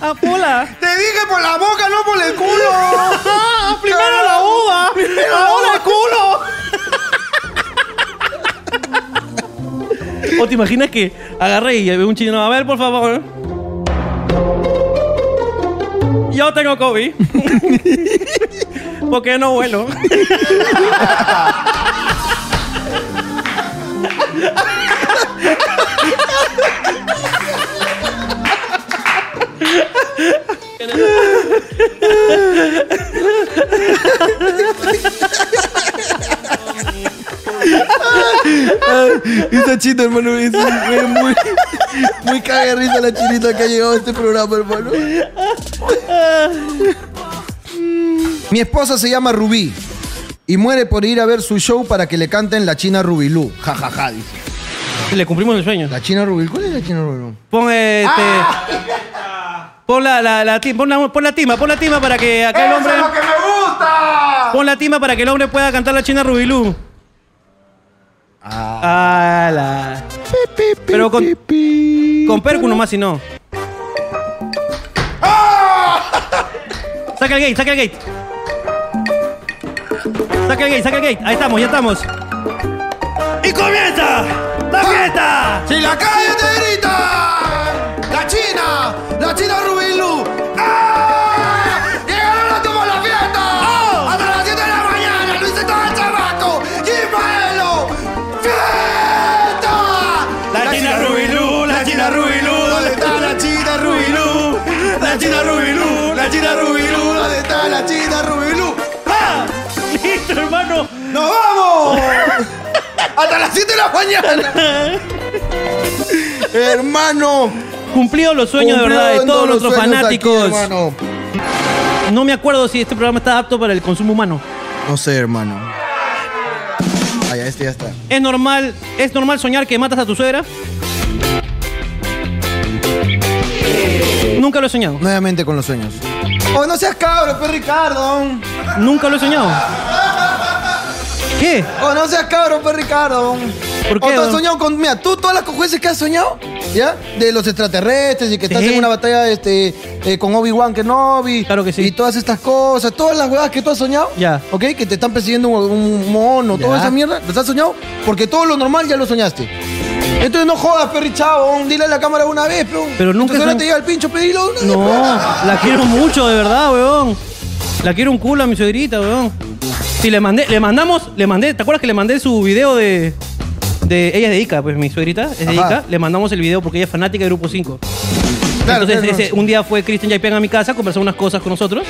Speaker 3: ¡Apola!
Speaker 1: ¡Te dije por la boca, no por el culo!
Speaker 3: ¡Primero la uva! ¡Ahora el culo! ¿O te imaginas que agarré y ve un chino? A ver, por favor. Yo tengo COVID. Porque no vuelo.
Speaker 1: Esta chita, hermano, es es muy, muy caga de risa la chinita que ha llegado a este programa, hermano. Mi esposa se llama Rubí y muere por ir a ver su show para que le canten la China Rubilú. Ja, ja, ja, dice.
Speaker 3: Le cumplimos el sueño.
Speaker 1: ¿La China Rubilú? ¿Cuál es la China Rubilú?
Speaker 3: Pon este.
Speaker 8: Ah.
Speaker 3: Pon la, la, la ti- pon la- pon la tima, pon la tima para que acá el hombre.
Speaker 8: que me gusta!
Speaker 3: Pon la tima para que el hombre pueda cantar la China Rubilú.
Speaker 8: Ah.
Speaker 3: Ala. Pero con, con Percu nomás si no.
Speaker 8: Ah.
Speaker 3: saca el gate, saca el gate. Saca el gate, saca el gate. Ahí estamos, ya estamos. ¡Y comienza! ¡La fiesta!
Speaker 1: ¡Si la calle te grita! ¡La China! ¡La China Rubilú! ¡Ah! ¡Llegaron a tomar la fiesta!
Speaker 3: ¡Oh!
Speaker 1: ¡Hasta las 7 de la mañana! ¡Luisito del Chamaco! ¡Gimelo! ¡Fiesta!
Speaker 3: La China Rubilú, la China Rubilú,
Speaker 1: ¿Dónde está la China Rubilú? La China Rubilú, la China Rubilú, ¿dónde está la China Rubilú?
Speaker 3: ¡Ah! ¡Listo, hermano!
Speaker 1: ¡Nos vamos! ¡Hasta las 7 de la mañana! Hermano,
Speaker 3: Cumplió los sueños de verdad de todos nuestros fanáticos. no me acuerdo si este programa está apto para el consumo humano.
Speaker 1: No sé, hermano. Ah, ya, este ya está.
Speaker 3: ¿Es normal, ¿Es normal soñar que matas a tu suegra? Nunca lo he soñado.
Speaker 1: Nuevamente con los sueños. ¡Oh, no seas cabro, pe Ricardo!
Speaker 3: Nunca lo he soñado. ¿Qué?
Speaker 1: ¡Oh, no seas cabro, pe Ricardo!
Speaker 3: ¿Por
Speaker 1: ¿O
Speaker 3: qué,
Speaker 1: tú has
Speaker 3: don?
Speaker 1: soñado con... Mira, tú todas las cojueces que has soñado, ¿ya? De los extraterrestres y que estás
Speaker 3: Sí.
Speaker 1: en una batalla este, eh, con Obi-Wan Kenobi.
Speaker 3: Claro que sí.
Speaker 1: Y todas estas cosas, todas las huevas que tú has soñado.
Speaker 3: Ya.
Speaker 1: ¿Ok? Que te están persiguiendo un, un mono, toda
Speaker 3: Ya.
Speaker 1: esa mierda. ¿Las has soñado? Porque todo lo normal ya lo soñaste. Entonces no jodas, perri chavo. Dile a la cámara una vez, pero...
Speaker 3: Pero nunca
Speaker 1: Entonces ahora
Speaker 3: son-
Speaker 1: te llega el pincho, pedilo una vez,
Speaker 3: No,
Speaker 1: pe.
Speaker 3: la quiero mucho, de verdad, weón. La quiero un culo a mi suegrita, weón. Sí, le mandé, le mandamos, le mandé, ¿te acuerdas que le mandé su video de. de ella es de Ica, pues mi suegrita es de
Speaker 1: Ajá.
Speaker 3: Ica. Le mandamos el video porque ella es fanática de Grupo 5.
Speaker 1: Claro,
Speaker 3: Entonces,
Speaker 1: claro,
Speaker 3: ese- un día fue Cristian Yaipian a mi casa, conversó unas cosas con nosotros.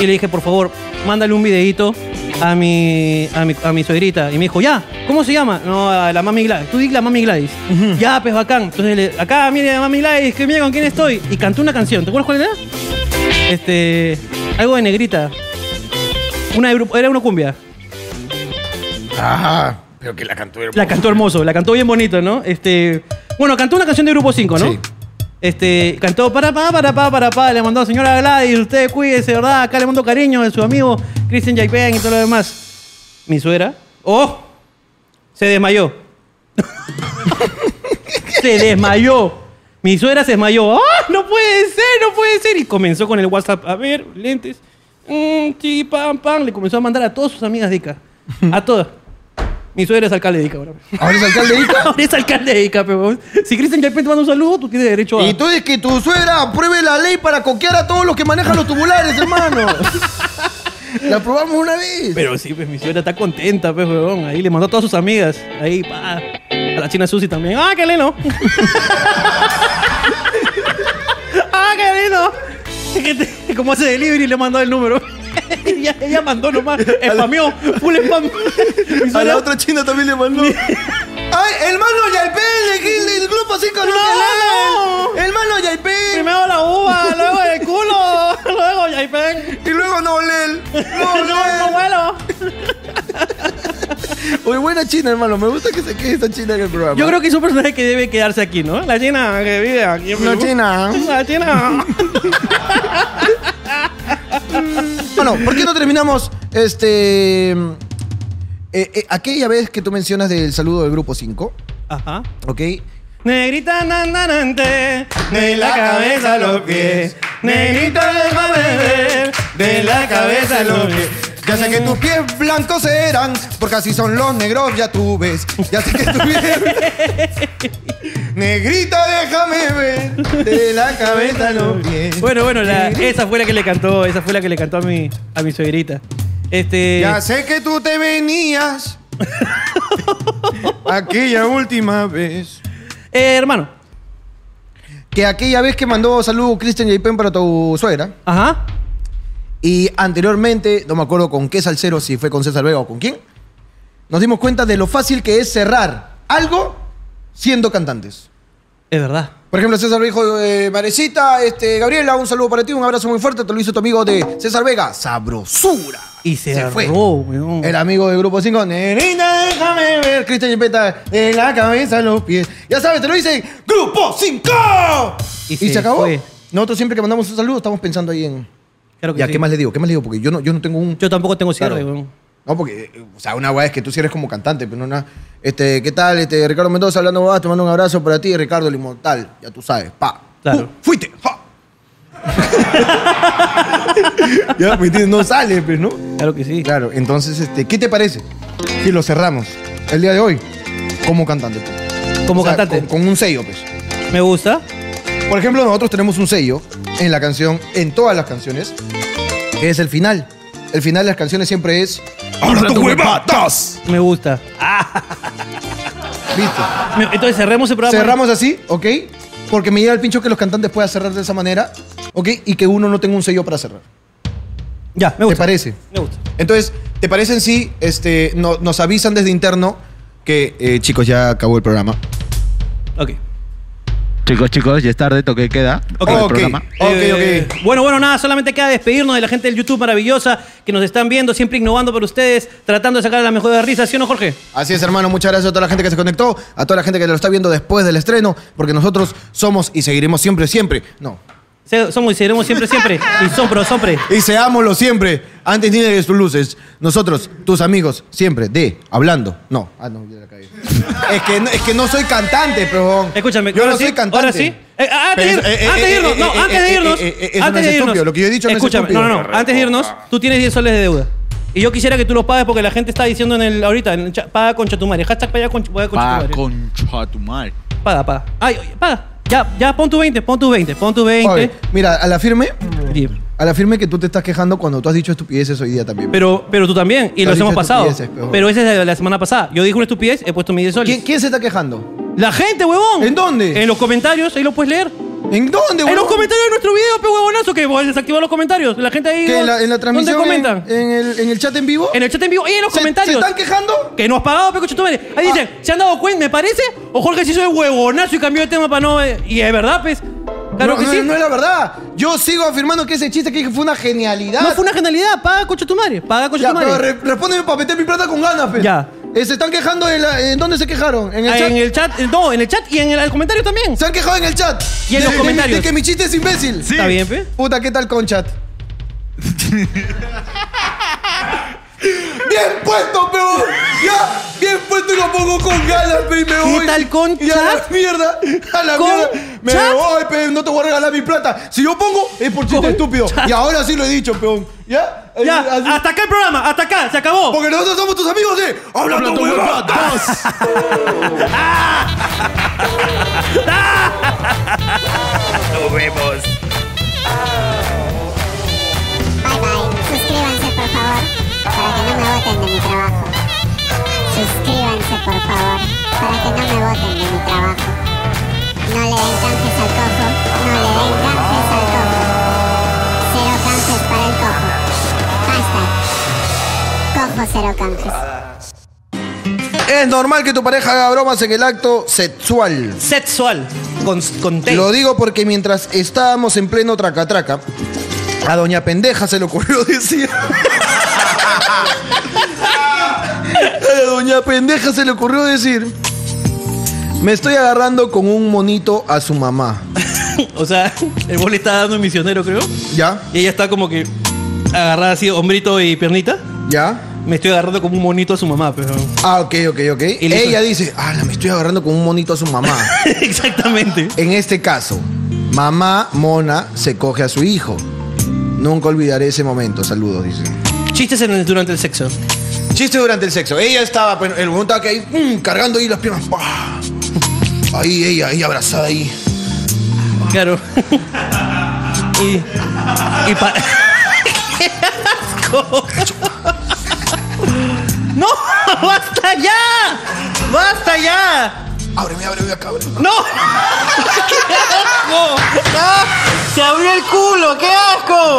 Speaker 3: Y le dije, por favor, mándale un videito a mi, a mi, a mi suegrita. Y me dijo, ya, ¿cómo se llama? No, a la mami Gladys. Tú di la mami Gladys. Ya, pues bacán. Entonces, le- acá, mire, la mami Gladys, que mira con quién estoy. Y cantó una canción. ¿Te acuerdas cuál era? Este. Algo de negrita. Una de grupo- era una cumbia.
Speaker 8: Ah, pero que la cantó hermoso.
Speaker 3: La cantó hermoso, la cantó bien bonito, ¿no? Este, bueno, cantó una canción de Grupo 5, ¿no?
Speaker 1: Sí.
Speaker 3: Este, cantó para pa, para pa, para pa, le mandó a señora Gladys, usted cuídese, ¿verdad? Acá le mando cariño de su amigo Christian Jaipen y todo lo demás. Mi suegra, ¡oh! Se desmayó. se desmayó. Mi suegra se desmayó. ¡Ah! No puede ser, no puede ser. Y comenzó con el WhatsApp. A ver, lentes. Mm, chi, pam, pam. Le comenzó a mandar a todas sus amigas de Ica. A todas. Mi suegra es alcalde de Ica, ahora.
Speaker 1: Ahora es alcalde de Ica.
Speaker 3: Ahora es alcalde de Ica, pero si Cristian Yalpén te manda un saludo, tú tienes derecho a.
Speaker 1: Y tú dices que tu suegra apruebe la ley para coquear a todos los que manejan los tubulares, hermano. la aprobamos una vez.
Speaker 3: Pero sí, pues mi suegra está contenta, pues, huevón. Ahí le mandó a todas sus amigas. Ahí, pa. A la China Susi también. ¡Ah, qué lindo! ¡Ah, qué lindo! Es que te- Como hace delivery, le mandó el número. ella, ella mandó nomás. Spameó. Full spam. Mi
Speaker 1: a
Speaker 3: suegra-
Speaker 1: la otra china también le mandó. ¡Ay, hermano Yalpén! ¡El, el grupo 5 no,
Speaker 3: No.
Speaker 1: te lee! ¡Hermano Yalpén!
Speaker 3: Primero la uva, luego el culo, luego Yaipen.
Speaker 1: Y luego no Lel.
Speaker 3: No,
Speaker 1: No
Speaker 3: no,
Speaker 1: Lel.
Speaker 3: bueno.
Speaker 1: Uy, buena china, hermano. Me gusta que se quede esta china en el programa.
Speaker 3: Yo creo que es un personaje que debe quedarse aquí, ¿no? La China que vive aquí. en
Speaker 1: La
Speaker 3: Perú.
Speaker 1: China.
Speaker 3: La China.
Speaker 1: Bueno, ¿por qué no terminamos este. eh, eh, aquella vez que tú mencionas del saludo del grupo 5,
Speaker 3: Ajá.
Speaker 1: ¿ok?
Speaker 3: Negrita nananante, de la cabeza a los pies. Negrita déjame ver, de la cabeza a los pies.
Speaker 1: Ya sé que tus pies blancos eran, porque así son los negros, ya tú ves. Ya sé que tus pies. Negrita, déjame ver. De la cabeza a los pies.
Speaker 3: Bueno, bueno, la- esa fue la que le cantó, esa fue la que le cantó a mi, a mi suegrita. Este.
Speaker 8: Ya sé que tú te venías aquella última vez.
Speaker 3: Eh, hermano.
Speaker 1: Que aquella vez que mandó saludo Christian J. Pen para tu suegra,
Speaker 3: Ajá.
Speaker 1: y anteriormente, no me acuerdo con qué salsero, si fue con César Vega o con quién, nos dimos cuenta de lo fácil que es cerrar algo siendo cantantes.
Speaker 3: Es verdad.
Speaker 1: Por ejemplo, César dijo, eh, Marecita, este, Gabriela, un saludo para ti, un abrazo muy fuerte, te lo hizo tu amigo de César Vega, Sabrosura.
Speaker 3: Y se,
Speaker 1: Se fue.
Speaker 3: agarró, weón.
Speaker 1: El amigo del grupo 5, Nerina, déjame ver, Cristian Yepeta, de la cabeza a los pies. Ya sabes, te lo dicen, Grupo 5.
Speaker 3: Y
Speaker 1: Y,
Speaker 3: se
Speaker 1: se, acabó.
Speaker 3: fue.
Speaker 1: Nosotros siempre que mandamos un saludo estamos pensando ahí en...
Speaker 3: Claro que
Speaker 1: ya,
Speaker 3: sí.
Speaker 1: ¿qué más le digo? ¿Qué más le digo? Porque yo no, yo no tengo un...
Speaker 3: Yo tampoco tengo cierre,
Speaker 1: Claro.
Speaker 3: weón.
Speaker 1: No, porque, eh, o sea, una weá es que tú sí eres como cantante, pero no una. Este, ¿qué tal? Este, Ricardo Mendoza hablando weá, te mando un abrazo para ti, Ricardo el Inmortal. Ya tú sabes, pa.
Speaker 3: Claro.
Speaker 1: Fu- fuiste, ja. Ya, ¿me entiendes? No sale, pues, ¿no?
Speaker 3: Claro que sí.
Speaker 1: Claro, entonces, este, ¿qué te parece si lo cerramos el día de hoy como cantante? pues?
Speaker 3: Como
Speaker 1: O sea,
Speaker 3: cantante.
Speaker 1: Con, con un sello, pues.
Speaker 3: Me gusta.
Speaker 1: Por ejemplo, nosotros tenemos un sello en la canción, en todas las canciones, que es el final. El final de las canciones siempre es... ¡Ahora tu huevatas!
Speaker 3: Me gusta.
Speaker 1: ¿Listo?
Speaker 3: Me- Entonces cerremos el programa.
Speaker 1: Cerramos así, ¿ok? Porque me llega el pincho que los cantantes puedan cerrar de esa manera, ¿ok? Y que uno no tenga un sello para cerrar.
Speaker 3: Ya, me
Speaker 1: ¿Te
Speaker 3: gusta.
Speaker 1: parece?
Speaker 3: Me gusta.
Speaker 1: Entonces, ¿te parecen si este, no- nos avisan desde interno que, eh, chicos, ya acabó el programa?
Speaker 3: Ok.
Speaker 5: Chicos, chicos, ya es tarde, toque de queda.
Speaker 3: Ok.
Speaker 5: Acaba el
Speaker 1: ok,
Speaker 5: programa.
Speaker 1: ok,
Speaker 3: Eh,
Speaker 1: ok.
Speaker 3: Bueno, bueno, nada, solamente queda despedirnos de la gente del YouTube maravillosa que nos están viendo, siempre innovando para ustedes, tratando de sacar las mejores risas, ¿sí o no, Jorge?
Speaker 1: Así es, hermano. Muchas gracias a toda la gente que se conectó, a toda la gente que lo está viendo después del estreno, porque nosotros somos y seguiremos siempre, siempre. No.
Speaker 3: Se- Somos y seremos siempre, siempre. Y sompro, sompre.
Speaker 1: Y seámoslo siempre. Antes de tus luces. Nosotros, tus amigos, siempre de hablando. No. Ah, no, ya la cagué. es, que, no- es que no soy cantante, pero.
Speaker 3: Escúchame,
Speaker 1: Yo
Speaker 3: ahora
Speaker 1: no
Speaker 3: sí,
Speaker 1: soy cantante.
Speaker 3: ahora sí. Eh, ah, antes, de
Speaker 1: Pero eso-
Speaker 3: ir-
Speaker 1: eh,
Speaker 3: antes de
Speaker 1: eh,
Speaker 3: irnos,
Speaker 1: eh,
Speaker 3: no,
Speaker 1: eh,
Speaker 3: antes
Speaker 1: eh,
Speaker 3: de irnos.
Speaker 1: eh, eh, eso no
Speaker 3: antes
Speaker 1: es
Speaker 3: de irnos.
Speaker 1: estúpido. Lo que yo he dicho no es
Speaker 3: Escúchame,
Speaker 1: estúpido.
Speaker 3: no, no, no. Antes de irnos, tú tienes 10 soles de deuda. Y yo quisiera que tú los pagues porque la gente está diciendo en el ahorita, en el cha- paga con chatumare. Hashtag paga con, paga con
Speaker 5: Pa'
Speaker 3: chatumare.
Speaker 5: concha tu madre.
Speaker 3: Paga, paga. Ay, oye, paga. Ya, ya, pon tu 20, pon tu 20, pon tu 20.
Speaker 1: Oye, mira, a la firme.
Speaker 3: Diez.
Speaker 1: A la firme que tú te estás quejando cuando tú has dicho estupideces hoy día también.
Speaker 3: Pero, pero tú también, y
Speaker 1: Tú has
Speaker 3: los hemos
Speaker 1: dicho
Speaker 3: pasado.
Speaker 1: estupideces, pero-
Speaker 3: Pero esa es de la semana pasada. Yo dije una estupidez, he puesto mis 10 soles.
Speaker 1: ¿Quién, quién se está quejando?
Speaker 3: La gente, huevón.
Speaker 1: ¿En dónde?
Speaker 3: En los comentarios, ahí lo puedes leer.
Speaker 1: ¿En dónde,
Speaker 3: En
Speaker 1: huevón?
Speaker 3: los comentarios de nuestro video, pe huevonazo, que vos desactivas los comentarios. La gente ahí.
Speaker 1: ¿Qué, en, la, en la transmisión.
Speaker 3: ¿Dónde comentan?
Speaker 1: En, en el, en el chat en vivo.
Speaker 3: En el chat en vivo y en los
Speaker 1: ¿Se-
Speaker 3: comentarios.
Speaker 1: ¿Se están Ah. quejando?
Speaker 3: Que no has pagado, pecocho tu madre. Ahí dicen, ¿se han dado cuenta, me parece? O Jorge se hizo de huevonazo y cambió de tema para no. eh, Y es verdad, pues. Claro
Speaker 1: no,
Speaker 3: que
Speaker 1: no,
Speaker 3: sí.
Speaker 1: no es la verdad. Yo sigo afirmando que ese chiste que dije fue una genialidad.
Speaker 3: No fue una genialidad. Paga, cocho tu madre. Paga, cocho
Speaker 1: Ya,
Speaker 3: tu madre.
Speaker 1: pero re- respóndeme para meter mi plata con ganas, fe.
Speaker 3: Ya.
Speaker 1: Eh, se están quejando en, la- ¿en dónde se quejaron? En el
Speaker 3: Ah,
Speaker 1: chat.
Speaker 3: en el chat, eh, no, en el chat y en el, el comentario también.
Speaker 1: Se han quejado en el chat.
Speaker 3: Y en
Speaker 1: De-
Speaker 3: los
Speaker 1: de-
Speaker 3: comentarios.
Speaker 1: de que mi chiste es imbécil.
Speaker 3: Está bien, pe.
Speaker 1: Puta, ¿qué tal con chat? bien puesto, peón. Ya, bien puesto y lo pongo con ganas, pe, y me voy.
Speaker 3: tal con
Speaker 1: Y A la
Speaker 3: chat?
Speaker 1: mierda, a la
Speaker 3: ¿Con
Speaker 1: mierda. Me
Speaker 3: chat?
Speaker 1: voy, pe, no te voy a regalar mi plata. Si yo pongo, es por chiste
Speaker 3: Con
Speaker 1: estúpido.
Speaker 3: chat.
Speaker 1: Y ahora sí lo he dicho, peón. ¿Ya?
Speaker 3: Ya,
Speaker 1: Eh, así-
Speaker 3: hasta acá el programa, hasta acá, se acabó.
Speaker 1: Porque nosotros somos tus amigos de Hablando Huevadas.
Speaker 6: Bye bye. Suscríbanse, por favor, para que no me voten de mi trabajo. Suscríbanse, por favor, para que no me voten de mi trabajo. No le den canjes al cojo, no le den canjes al cojo. Cero canjes para el cojo. Hashtag. Cojo cero canjes.
Speaker 1: Es normal que tu pareja haga bromas en el acto sexual.
Speaker 3: Sexual. Con, con T.
Speaker 1: Lo digo porque mientras estábamos en pleno tracatraca, a doña pendeja se le ocurrió decir. a doña pendeja se le ocurrió decir. Me estoy agarrando con un monito a su mamá.
Speaker 3: O sea, el bol le está dando un misionero, creo.
Speaker 1: ¿Ya?
Speaker 3: Y ella está como que agarrada así, hombrito y piernita.
Speaker 1: ¿Ya?
Speaker 3: Me estoy agarrando como un monito a su mamá, pero.
Speaker 1: Ah, ok, ok, ok.
Speaker 3: Y le hizo-
Speaker 1: Ella dice, ah, me estoy agarrando con un monito a su mamá.
Speaker 3: Exactamente.
Speaker 1: En este caso, mamá mona se coge a su hijo. Nunca olvidaré ese momento. Saludos, dice.
Speaker 3: Chistes en el- durante el sexo.
Speaker 1: Chiste durante el sexo. Ella estaba, pues, el momento estaba que ahí, mm, cargando ahí las piernas. ¡pah! Ahí, ella, ahí abrazada ahí.
Speaker 3: Claro. y. Y pa- ¡Qué asco! ¡No! ¡Basta ya! ¡Basta ya!
Speaker 1: Ábreme, ábreme acá, ábreme.
Speaker 3: ¡No! ¡Qué asco! ¡Ah! ¡Se abrió el culo! ¡Qué asco!